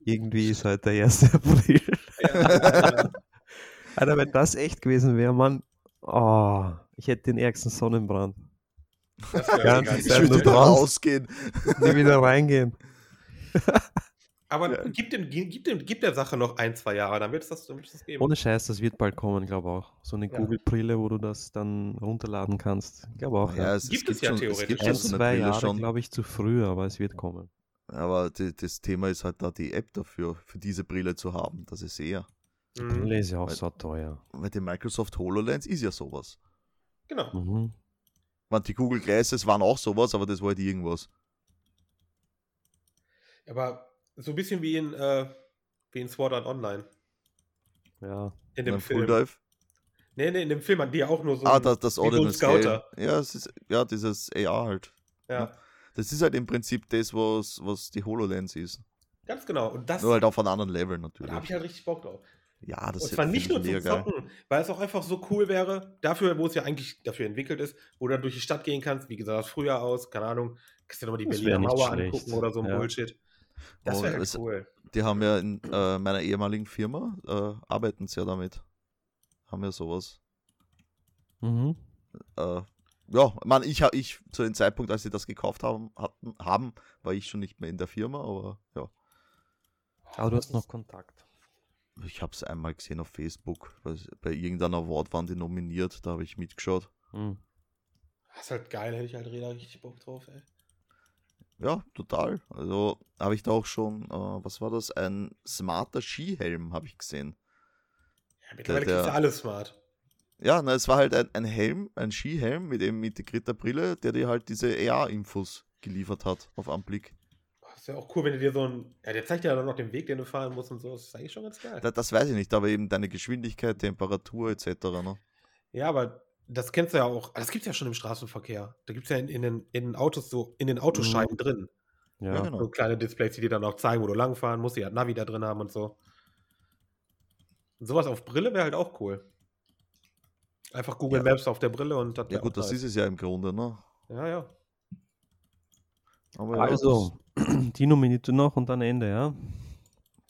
B: irgendwie ist heute der 1. April.
C: Ja,
B: Alter, wenn das echt gewesen wäre, Mann, oh, ich hätte den ärgsten Sonnenbrand.
C: das wär
B: Ja,
C: egal.
B: das
A: Ich
B: ist
A: will
B: nur
A: da
B: draußen.
A: rausgehen.
B: Nie wieder reingehen.
C: Aber
A: Ja.
C: gib, dem, gib, dem, gib der Sache noch ein, zwei Jahre, dann wird es das, dann wird's das geben.
B: Ohne Scheiß, das wird bald kommen, glaube auch. So eine
C: Ja.
B: Google-Brille, wo du das dann runterladen kannst. Ich glaube auch.
A: Ja,
B: Ja,
A: es,
C: Gibt
A: es
C: es ja
A: schon,
C: theoretisch.
A: Es gibt schon
B: Ein,
A: so eine
B: zwei
A: Brille
B: Jahre,
A: schon.
B: glaube ich, zu früh, aber es wird kommen.
A: Aber die, das Thema ist halt da die App dafür, für diese Brille zu haben. Das ist eher.
C: Mhm.
B: Brille ist ja auch
A: Weil-
B: so teuer.
A: Weil die Microsoft HoloLens ist ja sowas.
C: Genau.
B: Mhm.
A: Man, die Google Glasses waren auch sowas, aber das war halt irgendwas.
C: Aber so ein bisschen wie in, äh, wie in Sword Art Online.
B: Ja.
C: In dem
A: Mein Full
C: Film.
A: Dive.
C: Nee, nee, in dem Film hatten die ja auch nur so.
A: Ah,
C: ein-
A: das, das
C: wie so ein
A: Ordinal Scale.
C: Scouter.
A: Ja, es ist, ja, dieses AR halt.
C: Ja,
A: Das ist halt im Prinzip das, was, was die HoloLens ist.
C: ganz genau. Und das,
A: Nur halt auf einem anderen Level
C: da habe ich
A: natürlich.
C: halt richtig Bock drauf.
A: Ja, das
C: Und
A: ist
C: zwar nicht nur
A: mega
C: zum
A: geil.
C: Zocken, weil es auch einfach so cool wäre, dafür, wo es ja eigentlich dafür entwickelt ist, wo du dann durch die Stadt gehen kannst, wie gesagt, früher aus, keine Ahnung, kannst dir nochmal die
B: Das
C: Berliner
B: wär nicht
C: Mauer
B: schlecht.
C: angucken oder so ein
B: Ja.
C: Bullshit. Das
A: Und
C: wäre halt
A: es-
C: cool.
A: Die haben ja in äh, meiner ehemaligen Firma, äh, arbeiten sie ja damit. Haben ja sowas.
B: Mhm.
A: äh, ja, man, ich, ha- ich zu dem Zeitpunkt, als sie das gekauft haben, hatten, haben, war ich schon nicht mehr in der Firma, aber ja,
B: Aber du hast noch Kontakt.
A: ich habe es einmal gesehen auf Facebook. weil es- Bei irgendeinem Award waren die nominiert, da habe ich mitgeschaut.
B: Mhm.
C: Das ist halt geil, hätte ich halt Reda richtig Bock drauf, ey.
A: Ja, total. Also habe ich da auch schon, äh, was war das? Ein smarter Skihelm habe ich gesehen.
C: Ja, mittlerweile
A: Der-
C: kriegst du
A: der-
C: alles smart.
A: Ja, na, es war halt ein, ein Helm, ein Skihelm mit eben integrierter Brille, der dir halt diese AR-Infos geliefert hat auf Anblick.
C: Das ist ja auch cool, wenn du dir so ein. Ja, der zeigt dir dann noch den Weg, den du fahren musst und so. Das ist eigentlich schon ganz geil.
A: Da, das weiß ich nicht, aber eben deine Geschwindigkeit, Temperatur etc. Ne?
C: Ja, aber das kennst du ja auch. Das gibt es ja schon im Straßenverkehr. Da gibt es ja in, in, den, in den Autos so, in den Autoscheiben drin.
B: Ja.
A: Mhm. Ja, genau.
C: So kleine Displays, die dir dann auch zeigen, wo du langfahren musst, die hat Navi da drin haben und so. Und sowas auf Brille wäre halt auch cool. Einfach Google
A: Ja.
C: Maps auf der Brille und
A: Ja
C: wär
A: gut,
C: auch
A: das
C: nice.
A: ist es ja im Grunde, ne?
C: Ja, ja.
A: Aber ja,
B: Also, Dino-Minute noch und dann Ende, ja?
A: das-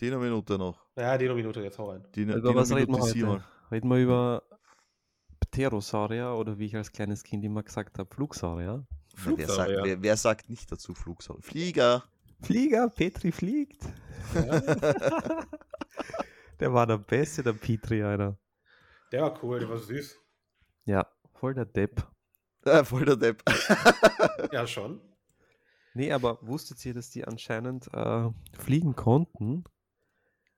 A: die eine Minute noch.
C: Ja, die Minute jetzt hau rein.
A: Die, eine- die
B: über
A: eine
B: was reden wir
A: Minute
B: heute?
A: Simon.
B: Reden wir über Pterosaurier oder wie ich als kleines Kind immer gesagt habe, Flugsaurier.
A: Na, wer, sagt,
C: Flugsaurier.
A: wer, wer sagt nicht dazu Flugsaurier? Flieger!
B: Flieger, Petri fliegt. der war der Beste, der Petri, Alter.
C: Der war cool, der war süß.
B: Ja, voll der Depp.
A: Äh, voll der Depp.
C: ja, schon.
B: Nee, aber wusstet ihr, dass die anscheinend äh, fliegen konnten,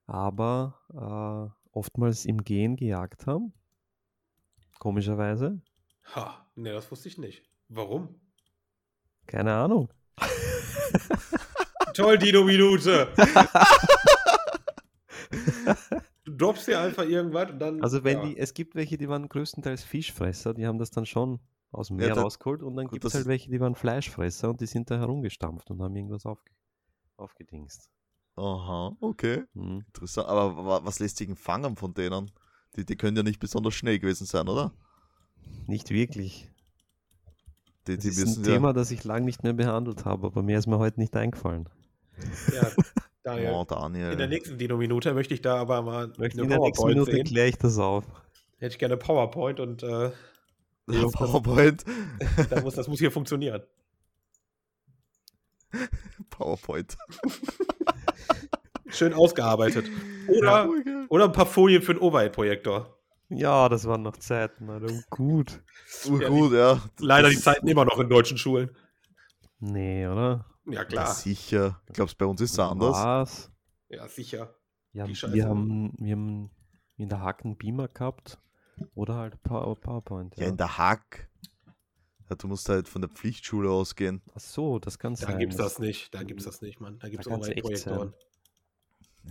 B: aber äh, oftmals im Gehen gejagt haben? Komischerweise.
C: Ha, nee, das wusste ich nicht. Warum?
B: Keine Ahnung.
C: Toll, Dino Minute! du droppst dir einfach irgendwas und dann.
B: Also wenn
C: ja.
B: die, es gibt welche, die waren größtenteils Fischfresser, die haben das dann schon aus dem
A: Ja,
B: Meer
A: da-
B: rausgeholt und dann
A: gut,
B: gibt es
A: das-
B: halt welche, die waren Fleischfresser und die sind da herumgestampft und haben irgendwas aufge aufgedingst.
A: Aha, okay.
B: Hm.
A: Interessant. Aber wa- was lässt sich denn fangen von denen? Die, die können ja nicht besonders schnell gewesen sein, oder?
B: Nicht wirklich.
A: Die,
B: Das
A: die
B: ist ein
A: ja-
B: Thema, das ich lange nicht mehr behandelt habe, aber mir ist mir heute nicht eingefallen.
C: Ja, Daniel.
A: Oh, Daniel.
C: In der nächsten Dino-Minute möchte ich da aber mal
B: Möchte
A: eh.
B: in
C: eine
B: der nächsten
C: PowerPoint
B: Minute
C: sehen.
B: kläre ich das auf.
C: Hätte ich gerne PowerPoint und äh, Ja,
A: PowerPoint.
C: Das muss, das muss hier funktionieren.
A: PowerPoint.
C: Schön ausgearbeitet. Oder, oder ein paar Folien für den Overhead-Projektor.
B: Ja, das waren noch Zeiten, Alter. Oh, Gut.
A: Urgut, ja.
C: Leider
A: Das-
C: die Zeiten immer noch in deutschen Schulen.
B: Nee, oder?
C: Ja,
A: Ja,
C: klar.
A: sicher. Ich glaube, bei uns ist es anders.
B: Was?
C: Ja, sicher.
B: Wir haben,
C: Die Scheiße.
B: wir haben, wir haben in der Haken Beamer gehabt oder halt Power- PowerPoint.
A: Ja, in der Hack. Ja, du musst halt von der Pflichtschule ausgehen.
B: Ach so, das kann sein.
C: Da gibt's
B: dass-
C: das nicht. Da gibt's das nicht, Mann. Da gibt's
B: kann's echt
C: Overhead-Projektoren.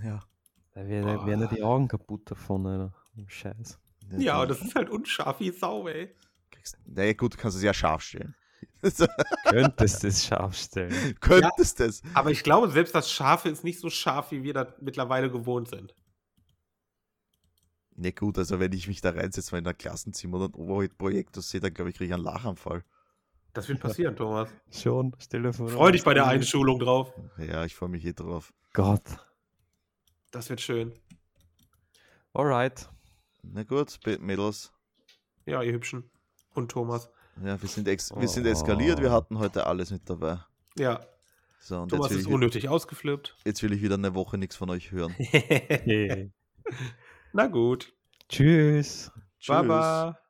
A: Ja.
B: Da wär-
C: Oh.
B: da wären ja die Augen kaputt davon, Alter. Scheiß.
C: Ja,
A: du
C: und das ist halt unscharf wie Sau, ey.
A: kriegst- Naja, gut, du kannst es ja scharf stellen.
B: Könntest du es scharf stellen?
A: Könntest es.
C: Aber ich glaube, selbst das Scharfe ist nicht so scharf, wie wir das mittlerweile gewohnt sind.
A: Na gut, also wenn ich mich da reinsetze, mal in ein Klassenzimmer und ein Overhead-Projekt sehe, dann glaube ich, kriege ich einen Lachanfall.
C: Das wird passieren, Thomas.
B: Schon, stell dir vor.
C: Freu dich bei der Einschulung drauf.
A: Ja, ich freue mich eh drauf.
B: Gott.
C: Das wird schön.
B: Alright.
A: Na gut, Be- Mädels.
C: Ja, ihr Hübschen. Und Thomas.
A: Ja, wir sind, ex wir sind
B: Oh.
A: eskaliert, wir hatten heute alles mit dabei.
C: Ja,
A: So, und
C: Thomas
A: jetzt will,
C: ist
A: ich, wi-
C: unnötig ausgeflippt.
A: jetzt will ich wieder eine Woche nichts von euch hören.
B: Hey.
C: Na gut.
B: Tschüss.
A: Tschüss.
C: Baba.